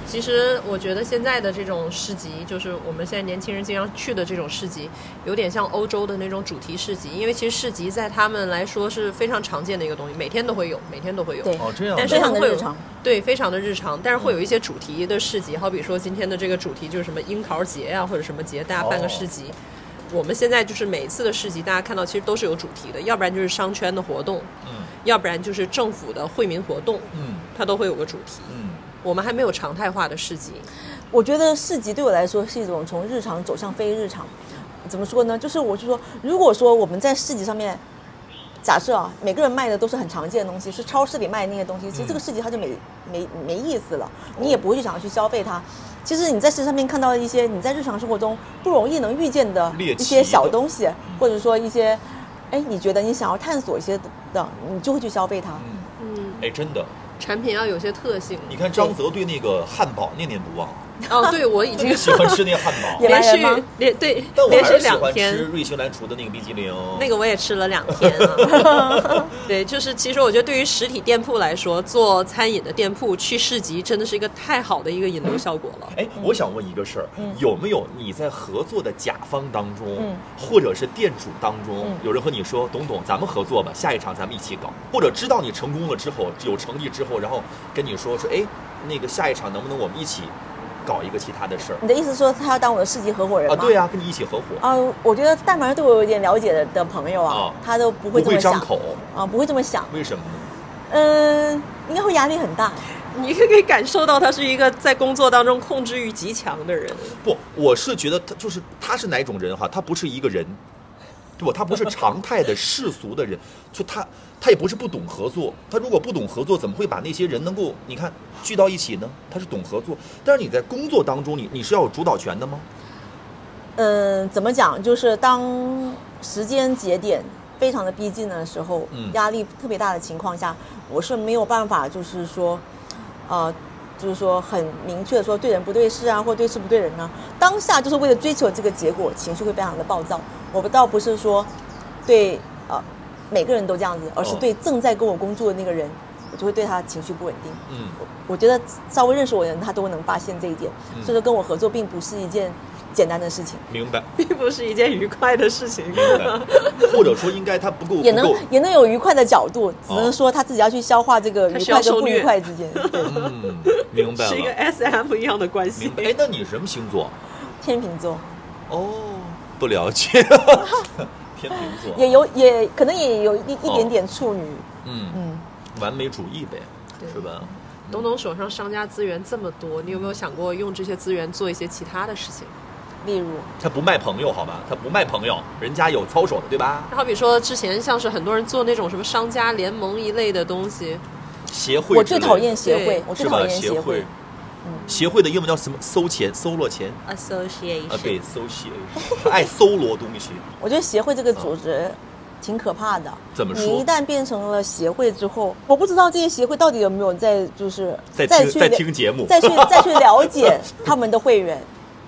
其实我觉得现在的这种市集，就是我们现在年轻人经常去的这种市集，有点像欧洲的那种主题市集，因为其实市集在他们来说是非常常见的一个东西，每天都会有，每天都会有。
对
哦，这样的，
但是
非
他
常
们
的
会有
日常
对，非常的日常，但是会有一些主题的市集，好比说今天的这个主题就是什么樱桃节啊，或者什么节，大家
哦
办个市集。我们现在就是每一次的市集，大家看到其实都是有主题的，要不然就是商圈的活动，
嗯
要不然就是政府的惠民活动，
嗯
它都会有个主题。
嗯，
我们还没有常态化的市集，
我觉得市集对我来说是一种从日常走向非日常。怎么说呢？就是我是说，如果说我们在市集上面，假设啊，每个人卖的都是很常见的东西，是超市里卖的那些东
嗯
西，其实这个市集它就没没没意思了，
哦
你也不会去想要去消费它。其实你在市上面看到一些你在日常生活中不容易能遇见的
猎
一
奇
些小
的
东西，或者说一些，哎，你觉得你想要探索一些的，你就会去消费它。
嗯，
哎，真的，
产品要有些特性。
你看张泽对那个汉堡念念不忘，
哦，对，我已经
喜欢吃那个汉堡
也，
连
野蛮人
续
吗
连对
但我
连
还
续
是喜
两
欢
天
吃瑞幸蓝厨的那个冰激凌。
那个我也吃了两天 啊。对，就是其实我觉得对于实体店铺来说，做餐饮的店铺去市集真的是一个太好的一个引流效果了。
哎，我想问一个事儿，有没有你在合作的甲方当中，
嗯
或者是店主当中，
嗯
有人和你说，董董，咱们合作吧，下一场咱们一起搞，或者知道你成功了之后，有成绩之后，然后跟你说说，哎，那个下一场能不能我们一起搞一个其他的事儿
你的意思是说他要当我的市集合伙人
啊？
吗？
对啊，跟你一起合伙，
啊、我觉得但凡是对我有点了解的的朋友啊，
啊
他都不
不
会这
会
么想
张口，
啊、不会这么想。
为什么呢？
嗯，应该会压力很大。
你可以感受到他是一个在工作当中控制欲极强的人。
不，我是觉得他就是他是哪种人哈，他不是一个人，对吧？他不是常态的世俗的人， 就他他也不是不懂合作。他如果不懂合作，怎么会把那些人能够你看聚到一起呢？他是懂合作，但是你在工作当中，你你是要有主导权的吗？
嗯，怎么讲？就是当时间节点非常的逼近的时候，
嗯
压力特别大的情况下，我是没有办法，就是说，呃，就是说很明确的说对人不对事啊，或对事不对人啊。当下就是为了追求这个结果，情绪会非常的暴躁。我不倒不是说对呃每个人都这样子，而是
哦
对正在跟我工作的那个人，我就会对他情绪不稳定。
嗯，
我觉得稍微认识我的人，他都能发现这一点，
嗯
所以说跟我合作并不是一件简单的事情，
明白
并不是一件愉快的事情。
明 白，或者说应该他不够
也
不
能
够，哦
也能有愉快的角度，只能说他自己要去消化这个
他
愉
需要
快跟
受
不
虐
愉快之 间。对，
嗯，明白
是一个
了，
S M 一样的关系
明。白。哎，那你什么星座？
天秤座
哦，不了解，天秤座，
也有也可能也有一一点点处女，
哦
嗯，
嗯，
完美主义呗，是吧？
董董手上商家资源这么多，你有没有想过用这些资源做一些其他的事情？
例如
他不卖朋友，好吧？他不卖朋友，人家有操守的，对吧？
好比说之前像是很多人做那种什么商家联盟一类的东西，
协会之类的，
我最讨厌协会
对，
我最
是
讨
吧？
厌
协
协会，嗯
协会的英文叫什么？搜钱，搜罗钱
association，、
啊，对，搜协，爱搜罗东西。
我觉得协会这个组织挺可怕的。
嗯怎么说
你一旦变成了协会之后，我不知道这些协会到底有没有在就是
在
再
听
去
在
了
听节目
再去再去了解他们的会员。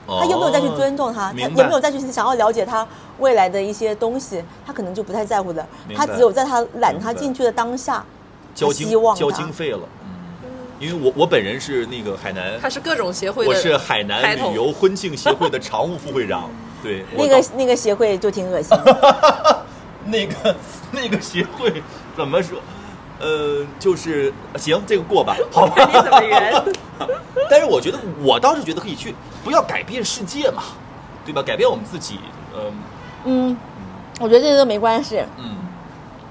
他有没有再去
哦
尊重他？他有
明白
没有再去想要了解他未来的一些东西？他可能就不太在乎的。
明白
他只有在他揽他
明白
进去的当下，
交
希
经
望
交
他
经费了？嗯，因为我我本人是那个海南
它，是各种协会的，
我是海南
开头
旅游婚庆协 会的常务副会长。对，我
那个
搞
那个协会就挺恶心 的。
那个 那个协会怎么说？呃，就是行，这个过吧，好吧。
看你怎么圆。
但是我觉得，我倒是觉得可以去，不要改变世界嘛，对吧？改变我们自己，嗯
嗯，我觉得这些都没关系。
嗯，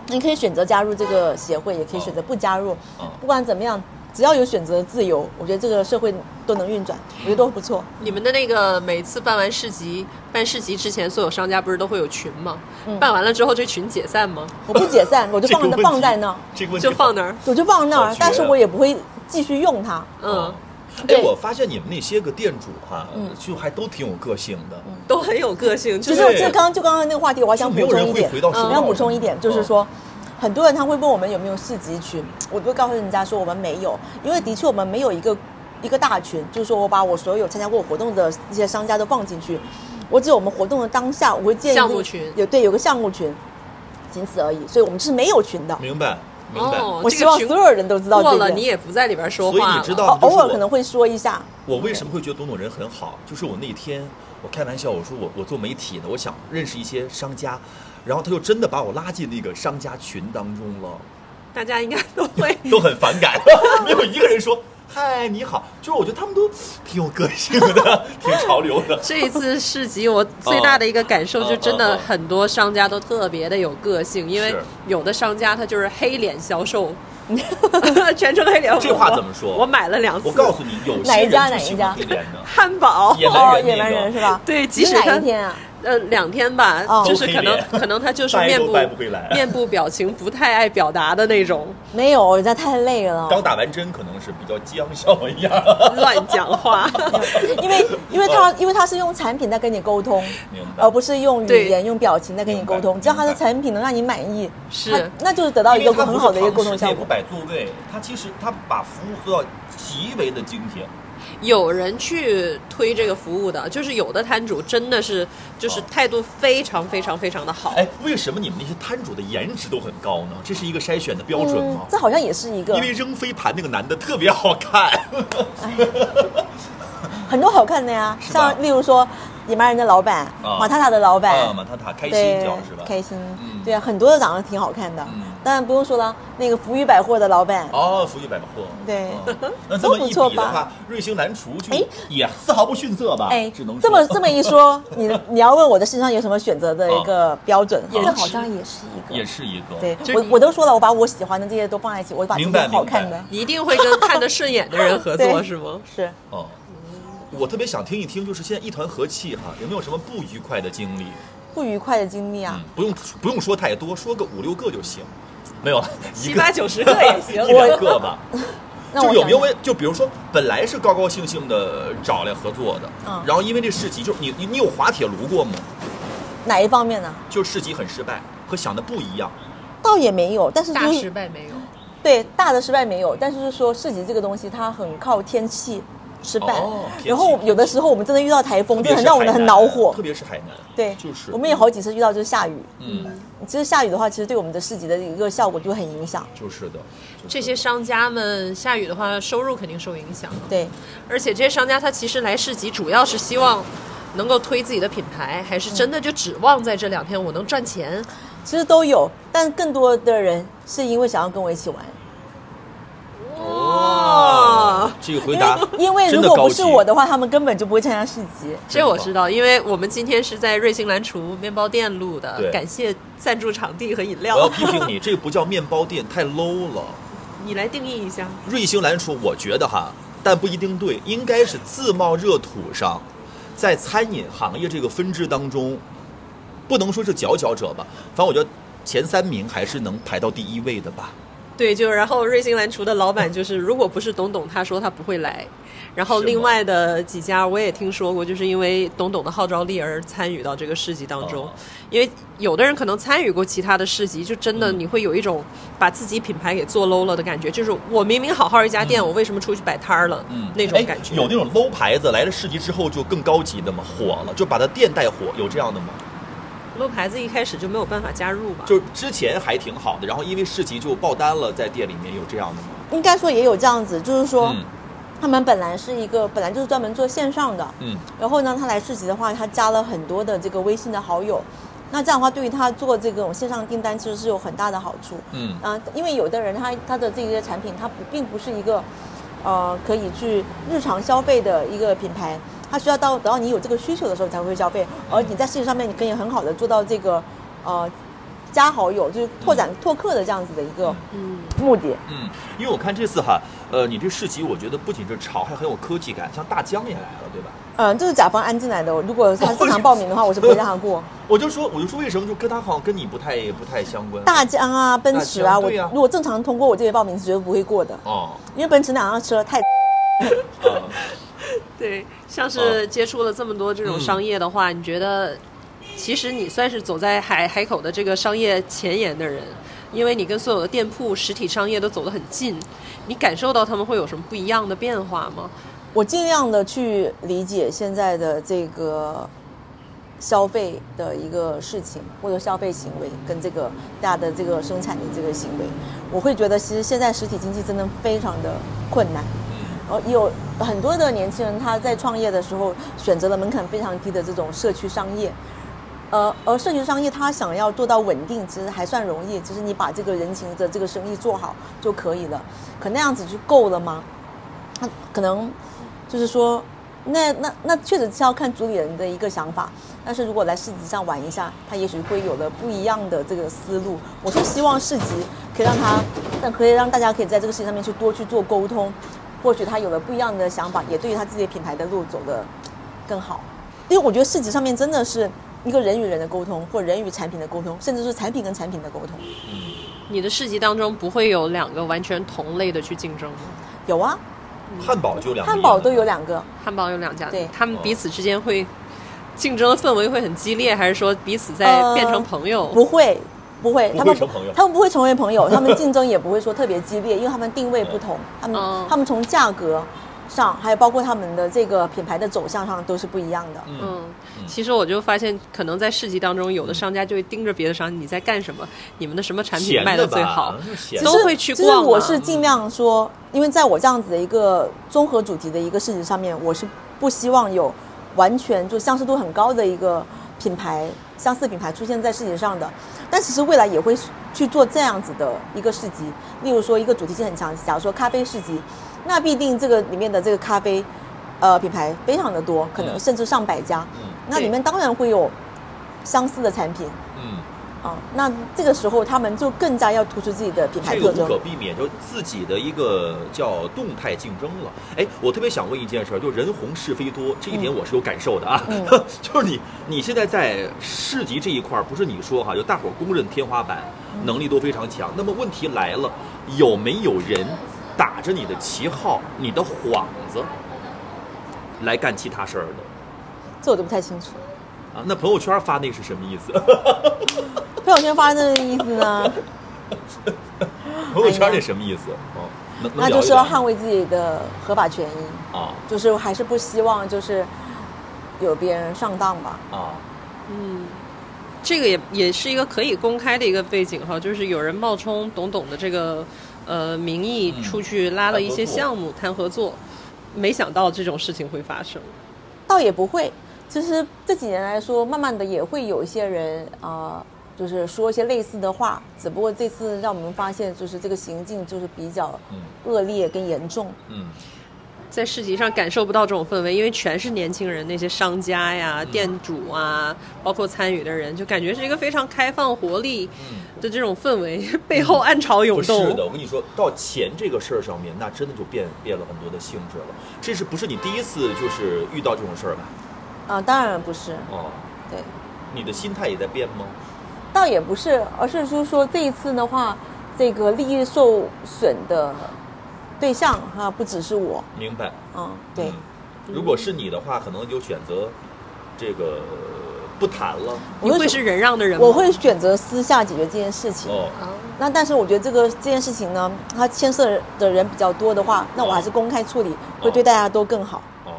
你可以选择加入这个协会，也可以选择不加入。
嗯
不管怎么样，只要有选择自由，我觉得这个社会都能运转，我觉得都不错。
你们的那个每次办完市集，办市集之前，所有商家不是都会有群吗？
嗯
办完了之后，这群解散吗？
我不解散，我就
这个
放
问题
放在那儿，
这个问题
就放那儿。
我就放那
好
儿
绝，
但是
啊
我也不会继续用它。
嗯，
哎
对，
我发现你们那些个店主哈、就还都挺有个性的，
都很有个性，
其
就是
实
对
这刚就刚刚那个话题，我还
就
想
没
补充
有人
一
会
点
回，到
我
生
要
活
补充一点，就是
嗯
说。很多人他会问我们有没有市集群，我都会告诉人家说我们没有，因为的确我们没有一个一个大群，就是说我把我所有参加过活动的一些商家都放进去，我只有我们活动的当下，我会建立
项目群
有对有个项目群，仅此而已，所以我们是没有群的。
明白明白。
哦，
我
这
希
个
望
群
所有人都知道
过
这
了，
点
你也不在里边说
所以
话
你
了。
知道，
哦
就是
偶
我
尔可能会说一下，
我为什么会觉得董董人很好？就是我那天我开玩笑，我说我我做媒体的，我想认识一些商家，然后他就真的把我拉进那个商家群当中了，
大家应该都 会
都很反 感，没有一个人说嗨你好，就是我觉得他们都挺有个性的， 挺潮流的。
这一次市集，我最大的一个感受
哦
就真
哦
的
哦
很多商家都特别的有个性，因为
是
有的商家他就是黑脸 销售，全程黑脸。
这话怎么说
我我买了两次。
我告诉你，有
哪
些
一家
人
哪
不
一
喜
家
欢黑脸的，
汉堡，
野
哦
蛮，人
野蛮
那个
人是吧？
对，
你
即
是
使
哪
他
一天啊？
呃两天吧，
哦
就是可能
都黑脸
可能他就是
掰都
面部
掰不回来
面部表情不太爱表达的 那种，
没有，人家太累了。
刚打完针可能是比较激昂笑一 样。
哦
乱讲 话。
因为因为他因为他是用产品在跟你沟通
哦明，白
而不是用语
对
言用表情在跟你沟通。
明白
只要他的
明白
产品能让你满意，
是
他那就是得到一
因
个
为它
很好的一个沟通
不是长时间
效
不
果。
摆座位，它其实它把服务做到极为的精简。
有人去推这个服务的，就是有的摊主真的是就是
哦
态度非常非常非常的好。
哎，为什么你们那些摊主的颜值都很高呢？这是一个筛选的标准吗？
嗯这好像也是一个
因为扔飞盘那个男的特别好看，
很多好看的呀，
是吧
像例如说野蛮人的老板，
啊
马塔塔的老
啊，
板
马，塔塔开心
对
叫是吧？，
开心
嗯，
对啊，很多的长得挺好看的
嗯。
当然不用说了，那个福宇百货的老板，
哦，福裕百货。
对
嗯那这
都
么一
不
比
错
的
吧
话，瑞幸南厨就
哎
也丝毫不逊色吧？
哎
只啊能，
这么这
么
么一说，你你要问我的身上有什么选择
哦
的一个标准，
颜
这
值
好像也是一个，
也是一个
对
就是
我
你
我都说了，我把我喜欢的这些都放在一起，我把这
明
些
白
好看的
明
一定会跟看得顺眼的人合作，
对
是吗？
是
哦。我特别想听一听，就是现在一团和气哈，有没有什么不愉快的经历？
不愉快的经历啊
嗯。，不用不用说太多，说个五六个就行。没有了，一
七
个
八九十 个也
一
行。
两个吧。
那
就
我
有没有
想
为就比如说，本来是高高兴兴的找来合作的，
嗯
然后因为这市集，就是你你你有滑铁卢过吗？
哪一方面呢？
就是市集很失败，和想的不一样。
倒也没有，但是
大
就
失
是
败没有，
对大的失败没有，但是就是说市集这个东西它很靠天气吃饭
哦，天气
然后有的时候我们真的遇到台风，
特
真
别
的
是
很让我们
海
很
南
恼火
特。别是海南，
对，
就是
我们有好几次遇到就是下雨。
嗯，
其实下雨的话，其实对我们的市集的一个效果就很影响。
就是的，就是
这些商家们下雨的话，收入肯定受影响。啊
对，
而且这些商家他其实来市集主要是希望能够推自己的品牌，还是真的就指望在这两天我能赚钱。
其实都有，但更多的人是因为想要跟我一起玩，
哦，这个回
因
答
为因为
真
如
的
果
高
不
级
是我的话，他们根本就不会参加市集。
这我知道，因为我们今天是在瑞幸蓝厨面包店录的
对，
感谢赞助场地和饮
我要
料。
批评你，这个不叫面包店，太 low 了。
你来定义一下，
瑞幸蓝厨，我觉得哈，但不一定对，应该是自贸热土上，在餐饮行业这个分支当中，不能说是佼佼者吧，反正我觉得前三名还是能排到第一位的吧。
对，就然后瑞幸蓝厨的老板就是，如果不是董董，他说他不会来。然后
是吗
另外的几家我也听说过，就是因为董董的号召力而参与到这个市集当中
哦。
因为有的人可能参与过其他的市集，就真的
嗯
你会有一种把自己品牌给做 low 了的感觉，就是我明明好好一家店，我为什么出去摆摊儿了？
嗯，
那种
哎
感觉。
有那种 low 牌子来了市集之后就更高级的吗？火了，就把它店带火，有这样的吗？
low 牌子一开始就没有办法加入吧？
就是之前还挺好的，然后因为市集就爆单了，在店里面有这样的吗？
应该说也有这样子，就是说、
嗯
他们本来是一个本来就是专门做线上的，
嗯，
然后呢，他来市集的话，他加了很多的这个微信的好友，那这样的话对于他做这种线上订单其实是有很大的好处。
嗯
啊、因为有的人他他的这个产品，它不并不是一个呃可以去日常消费的一个品牌，它需要到等到你有这个需求的时候才会消费，而你在市集上面你可以很好的做到这个呃加好友，就是拓展拓客的这样子的一个
嗯，
目的。
嗯，因为我看这次哈，呃，你这市集我觉得不仅是潮，还很有科技感，像大疆也来了，对吧？
嗯，这是甲方安进来的。如果他正常报名的话，我是不会让他过。
我就说，我就说为什么就跟他好像跟你不太不太相关。
大疆啊，奔驰啊，
大疆
我
对啊
如果正常通过我这些报名是绝对不会过的，
哦，
因为奔驰那辆车太
呃，
对，像是接触了这么多这种商业的话，你觉得其实你算是走在海海口的这个商业前沿的人，因为你跟所有的店铺、实体商业都走得很近，你感受到他们会有什么不一样的变化吗？
我尽量的去理解现在的这个消费的一个事情，或者消费行为跟这个大家的这个生产的这个行为，我会觉得其实现在实体经济真的非常的困难。
嗯
呃，有很多的年轻人他在创业的时候选择了门槛非常低的这种社区商业，呃，而社区商业他想要做到稳定，其实还算容易，只是你把这个人情的这个生意做好就可以了。可那样子就够了吗？那可能就是说，那那那确实是要看主理人的一个想法。但是如果来市集上玩一下，他也许会有了不一样的这个思路。我是希望市集可以让他，但可以让大家可以在这个事情上面去多去做沟通，或许他有了不一样的想法，也对于他自己的品牌的路走得更好。因为我觉得市集上面真的是一个人与人的沟通，或人与产品的沟通，甚至是产品跟产品的沟通。
你的市集当中不会有两个完全同类的去竞争吗？
有啊，
汉堡就两个
汉堡都
亿
有两个，
汉堡有两家，
对
他们彼此之间会竞争的氛围会很激烈，还是说彼此在
呃
变成朋友？
不会，不会，
不会
他们
成朋友
他们不会成为朋 友，他们竞争也不会说特别激烈，因为他们定位不同，他们、
哦
他们从价格上，还有包括他们的这个品牌的走向上都是不一样的。
呢。嗯，
嗯，其实我就发现，可能在市集当中，有的商家就会盯着别的商家你在干什么，你们的什么产品
闲
卖
的
的最好
吧，就
其
闲的
实
都会去
其
逛
实
嘛。
我是尽量说，因为在我这样子的一个综合主题的一个市值上面，我是不希望有完全就相似度很高的一个品牌相似品牌出现在市集上的。但其实未来也会去做这样子的一个市集，例如说一个主题性很强，假如说咖啡市集，那必定这个里面的这个咖啡。呃，品牌非常的多，可能
嗯
甚至上百家，
嗯
那里面当然会有相似的产品
嗯，
啊、那这个时候他们就更加要突出自己的品牌
这
特
个
征。
无可避免，就自己的一个叫动态竞争了。哎，我特别想问一件事儿，就人红是非多，这一
嗯
点我是有感受的啊。 就是你你现在在市集这一块儿，不是你说哈，就大伙儿公认天花板，
嗯
能力都非常强。那么问题来了，有没有人打着你的旗号、你的幌子来干其他事儿的？
这我就不太清楚。
啊，那朋友圈发那个是什么意思？
朋友圈发生这个意思呢，
朋友圈那什么意思？哦，能能
哎那
聊
就
一
是要
聊
捍卫自己的合法权益，
啊
就是还是不希望就是有别人上当吧。
啊，
嗯，这个也也是一个可以公开的一个背景哈，就是有人冒充董董的这个呃名义
嗯
出去拉了一
谈合
些
作
项目谈合作，没想到这种事情会发生。
倒也不会。其实这几年来说，慢慢的也会有一些人啊、呃就是说一些类似的话，只不过这次让我们发现，就是这个行径就是比较
嗯
恶劣跟严重。
嗯。
在市集上感受不到这种氛围，因为全是年轻人，那些商家呀、
嗯
店主啊，包括参与的人，就感觉是一个非常开放、活力的这种氛围， 背后暗潮
嗯
涌
不
动。
是的，我跟你说到钱这个事儿上面，那真的就变变了很多的性质了。这是不是你第一次就是遇到这种事儿吧？
啊、当然不是，
哦，
对，
你的心态也在变吗？
倒也不是，而是就是说这一次的话，这个利益受损的对象哈、不只是我，
明白。
嗯，对。
嗯如果是你的话，可能就选择这个不谈了。
你会是忍让的人
嗯
吗？
我会选择私下解决这件事情。
哦，
啊，
那但是我觉得这个这件事情呢，它牵涉的人比较多的话，那我还是公开处理，会对大家都更好，
哦，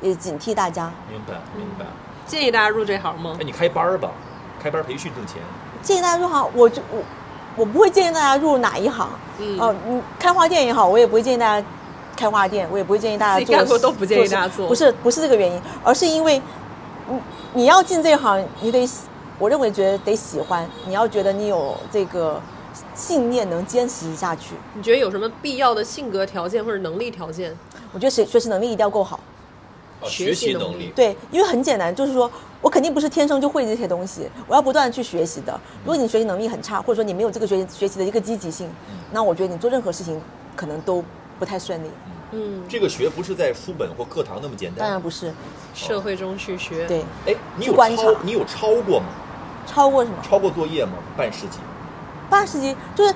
也警惕大家。
明白明白。
建议大家入这行吗
哎，？你开班儿吧，开班儿培训挣钱。
建议大家入行，我就我我不会建议大家入哪一行，
嗯
哦、你开花店也好，我也不会建议大家开花店，我也不会建议大家
自己
做
干过都不建议大家做
不是不是这个原因，而是因为你你要进这行，你得喜我认为觉得得喜欢，你要觉得你有这个信念能坚持下去。
你觉得有什么必要的性格条件或者能力条件？
我觉得学学习能力一定要够好。
哦，
学
学
习
习
能
能
力
力。
对，因为很简单，就是说我肯定不是天生就会这些东西，我要不断地去学习的。如果你学习能力很差，或者说你没有这个学习学习的一个积极性，那我觉得你做任何事情可能都不太顺利。
嗯，
这个学不是在书本或课堂那么简单。
当然不是，
社会中去学。，
对，
哎，你
嗯去
有
观
超
察
你有超过吗？
超过什么
超过作业吗？半世纪。
八十级，就是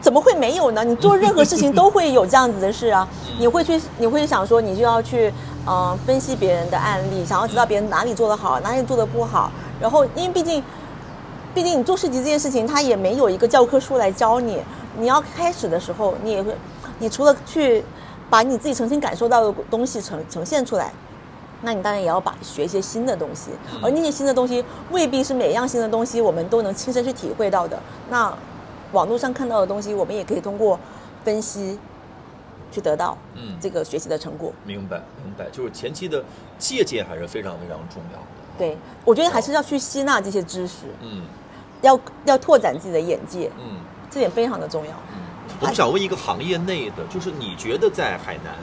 怎么会没有呢？你做任何事情都会有这样子的事啊，你会去，你会想说，你就要去，嗯、分析别人的案例，想要知道别人哪里做得好，哪里做得不好，然后因为毕竟，毕竟你做市集这件事情，它也没有一个教科书来教你，你要开始的时候，你也会，你除了去把你自己曾经感受到的东西呈呈现出来。那你当然也要把学一些新的东西，而那些新的东西未必是每一样新的东西我们都能亲身去体会到的。那网络上看到的东西，我们也可以通过分析去得到
嗯
这个学习的成果。
明白明白，就是前期的借鉴还是非常非常重要的。
对，我觉得还是要去吸纳这些知识，
嗯
要要拓展自己的眼界，
嗯。
这点非常的重要。
我们想问一个行业内的，就是你觉得在海南，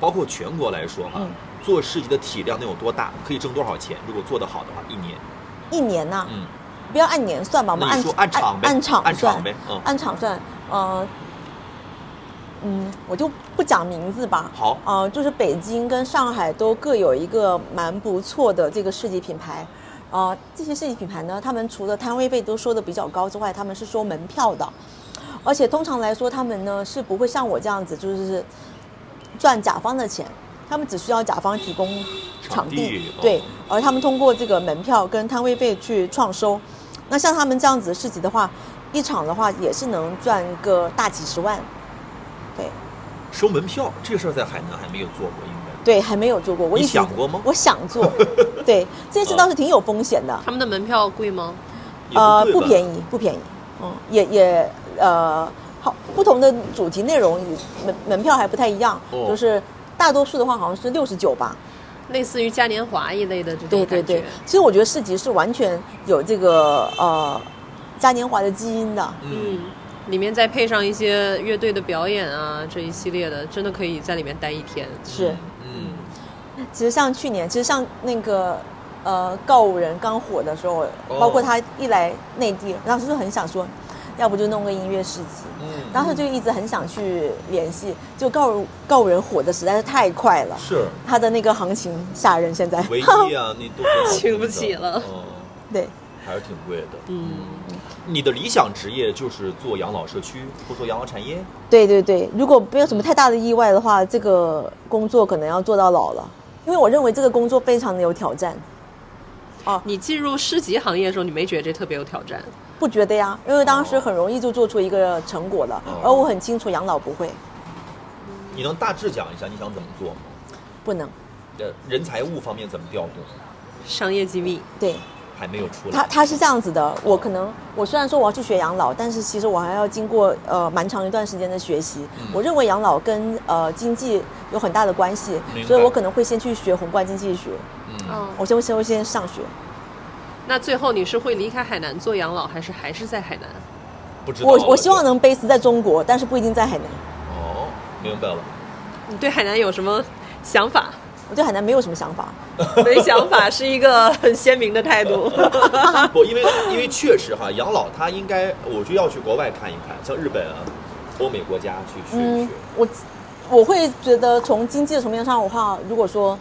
包括全国来说哈、
嗯
做市集的体量能有多大？可以挣多少钱？如果做得好的话，一年。
一年呐、
嗯，
不要按年算吧，我们
那你
按
说按场呗
按场
按场
算
呗嗯
按场算，呃，嗯，我就不讲名字吧。
好
呃，就是北京跟上海都各有一个蛮不错的这个市级品牌。呃，这些市级品牌呢，他们除了摊位费都收的比较高之外，他们是收门票的，而且通常来说，他们呢是不会像我这样子，就是赚甲方的钱，他们只需要甲方提供场
场
地，
地哦
对，而他们通过这个门票跟摊位费去创收。那像他们这样子的市集的话，一场的话也是能赚个大几十万，对
收门票这个事儿在海南还没有做过，应该。
对，还没有做过。我
你
一直
想过吗
我想 做，对，这件事倒是挺有风险的，
他们的门票贵吗？
也对吧
呃不便。宜，不便宜，嗯，也也呃，好，不同的主题内容门门票还不太一样，
哦
就是大多数的话好像是六十九吧，
类似于嘉年华一类的这种
对
感觉。
对对，其实我觉得市集是完全有这个呃嘉年华的基因的，
嗯，
嗯，里面再配上一些乐队的表演啊，这一系列的，真的可以在里面待一天。
是。
嗯，
其实像去年，其实像那个呃告五人刚火的时候，
哦
包括他一来内地，当时就很想说，要不就弄个音乐市集。
嗯
当时就一直很想去联系，就告五告五人火的实在是太快了，
是
他的那个行情吓人，现在
唯一啊，你都
请不起了
嗯，
对，
还是挺贵的。
嗯，
你的理想职业就是做养老社区或做养老产业？
对对对，如果没有什么太大的意外的话，这个工作可能要做到老了，因为我认为这个工作非常的有挑战。哦，
你进入市集行业的时候，你没觉得这特别有挑战？
不觉得呀，因为当时很容易就做出一个成果了，
哦
而我很清楚养老不会，
你能大致讲一下你想怎么做吗？
不能。
呃，人财务方面怎么调动？
商业机密，
对
还没有出来。
他，他是这样子的。我可能我虽然说我要去学养老，但是其实我还要经过呃蛮长一段时间的学习。
嗯
我认为养老跟呃经济有很大的关系
明，白
所以我可能会先去学宏观经济学，
嗯，
嗯，
我先会先会先上学。
那最后你是会离开海南做养老，还是还是在海南？
不知道啊
我
了
我希望
就
能 base 在中国，但是不一定在海南。
哦，明白了。
你对海南有什么想法？
我对海南没有什么想法。
没想法是一个很鲜明的态度。
不，因为因为确实哈，养老它应该，我就要去国外看一看，像日本啊、欧美国家去学一
嗯
学。，
我我会觉得从经济的层面上的话，如果说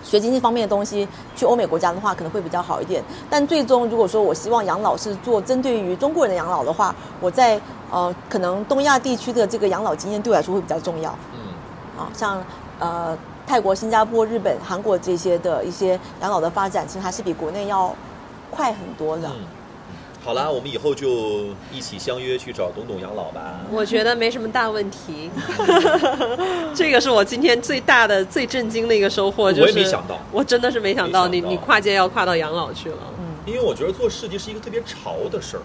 学经济方面的东西，去欧美国家的话可能会比较好一点。但最终，如果说我希望养老是做针对于中国人的养老的话，我在呃可能东亚地区的这个养老经验对我来说会比较重要
嗯，
啊，像呃泰国、新加坡、日本、韩国这些的一些养老的发展，其实还是比国内要快很多的。
嗯，好啦，我们以后就一起相约去找董董养老吧。
我觉得没什么大问题， 这个是我今天最大的、最震惊的一个收获。就是、
我也没想到
我真的是没想到
没
你
想到嗯
你跨界要跨到养老去了。
因为我觉得做设计是一个特别潮的事儿，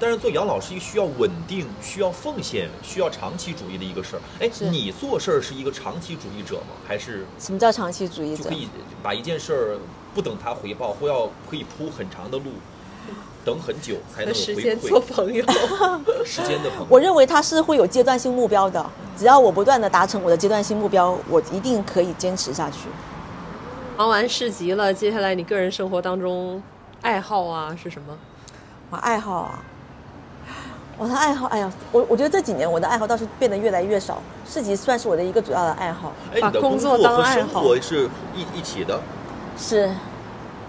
但是做养老是一个需要稳定、需要奉献、需要长期主义的一个事儿。哎，
是
你做事儿是一个长期主义者吗？还是
什么叫长期主义
就
者
可？以把一件事儿不等它回报，或要可以铺很长的路，等很久才
和
能
时
有
间
回
做
馈？
朋友，
时间的朋友，
我认为它是会有阶段性目标的，只要我不断的达成我的阶段性目标，我一定可以坚持下去。
忙完市集了，接下来你个人生活当中爱好啊是什么？
我爱好啊，我的爱好，哎呀，我我觉得这几年我的爱好倒是变得越来越少，市集算是我的一个主要的爱好，
哎，
把
你的
工
工
作当
和
爱
生
好
活是一一起的，
是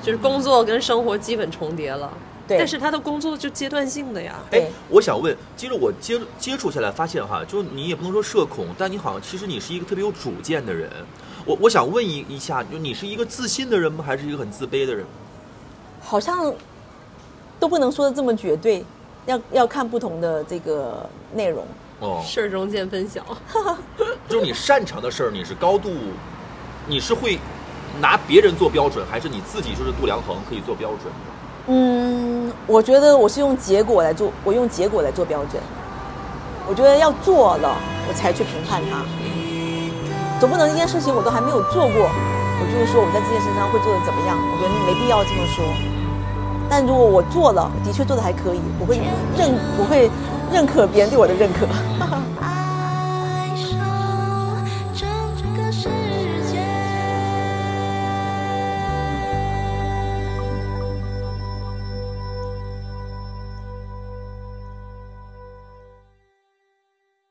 就是工作跟生活基本重叠了。
对
但是他的工作就阶段性的呀。
哎
对，
我想问，其实我接接触下来发现哈，就是你也不能说社恐，但你好像其实你是一个特别有主见的人。我我想问一一下，就你是一个自信的人吗？还是一个很自卑的人？
好像都不能说的这么绝对，要要看不同的这个内容。
哦，
事儿中见分晓，
就是你擅长的事儿，你是高度，你是会拿别人做标准，还是你自己就是度量衡可以做标准？
嗯，我觉得我是用结果来做，我用结果来做标准。我觉得要做了，我才去评判它。总不能一件事情我都还没有做过，我就是说我在这件事上会做的怎么样？我觉得没必要这么说。但如果我做了，的确做的还可以，我会认，我会认可别人对我的认可。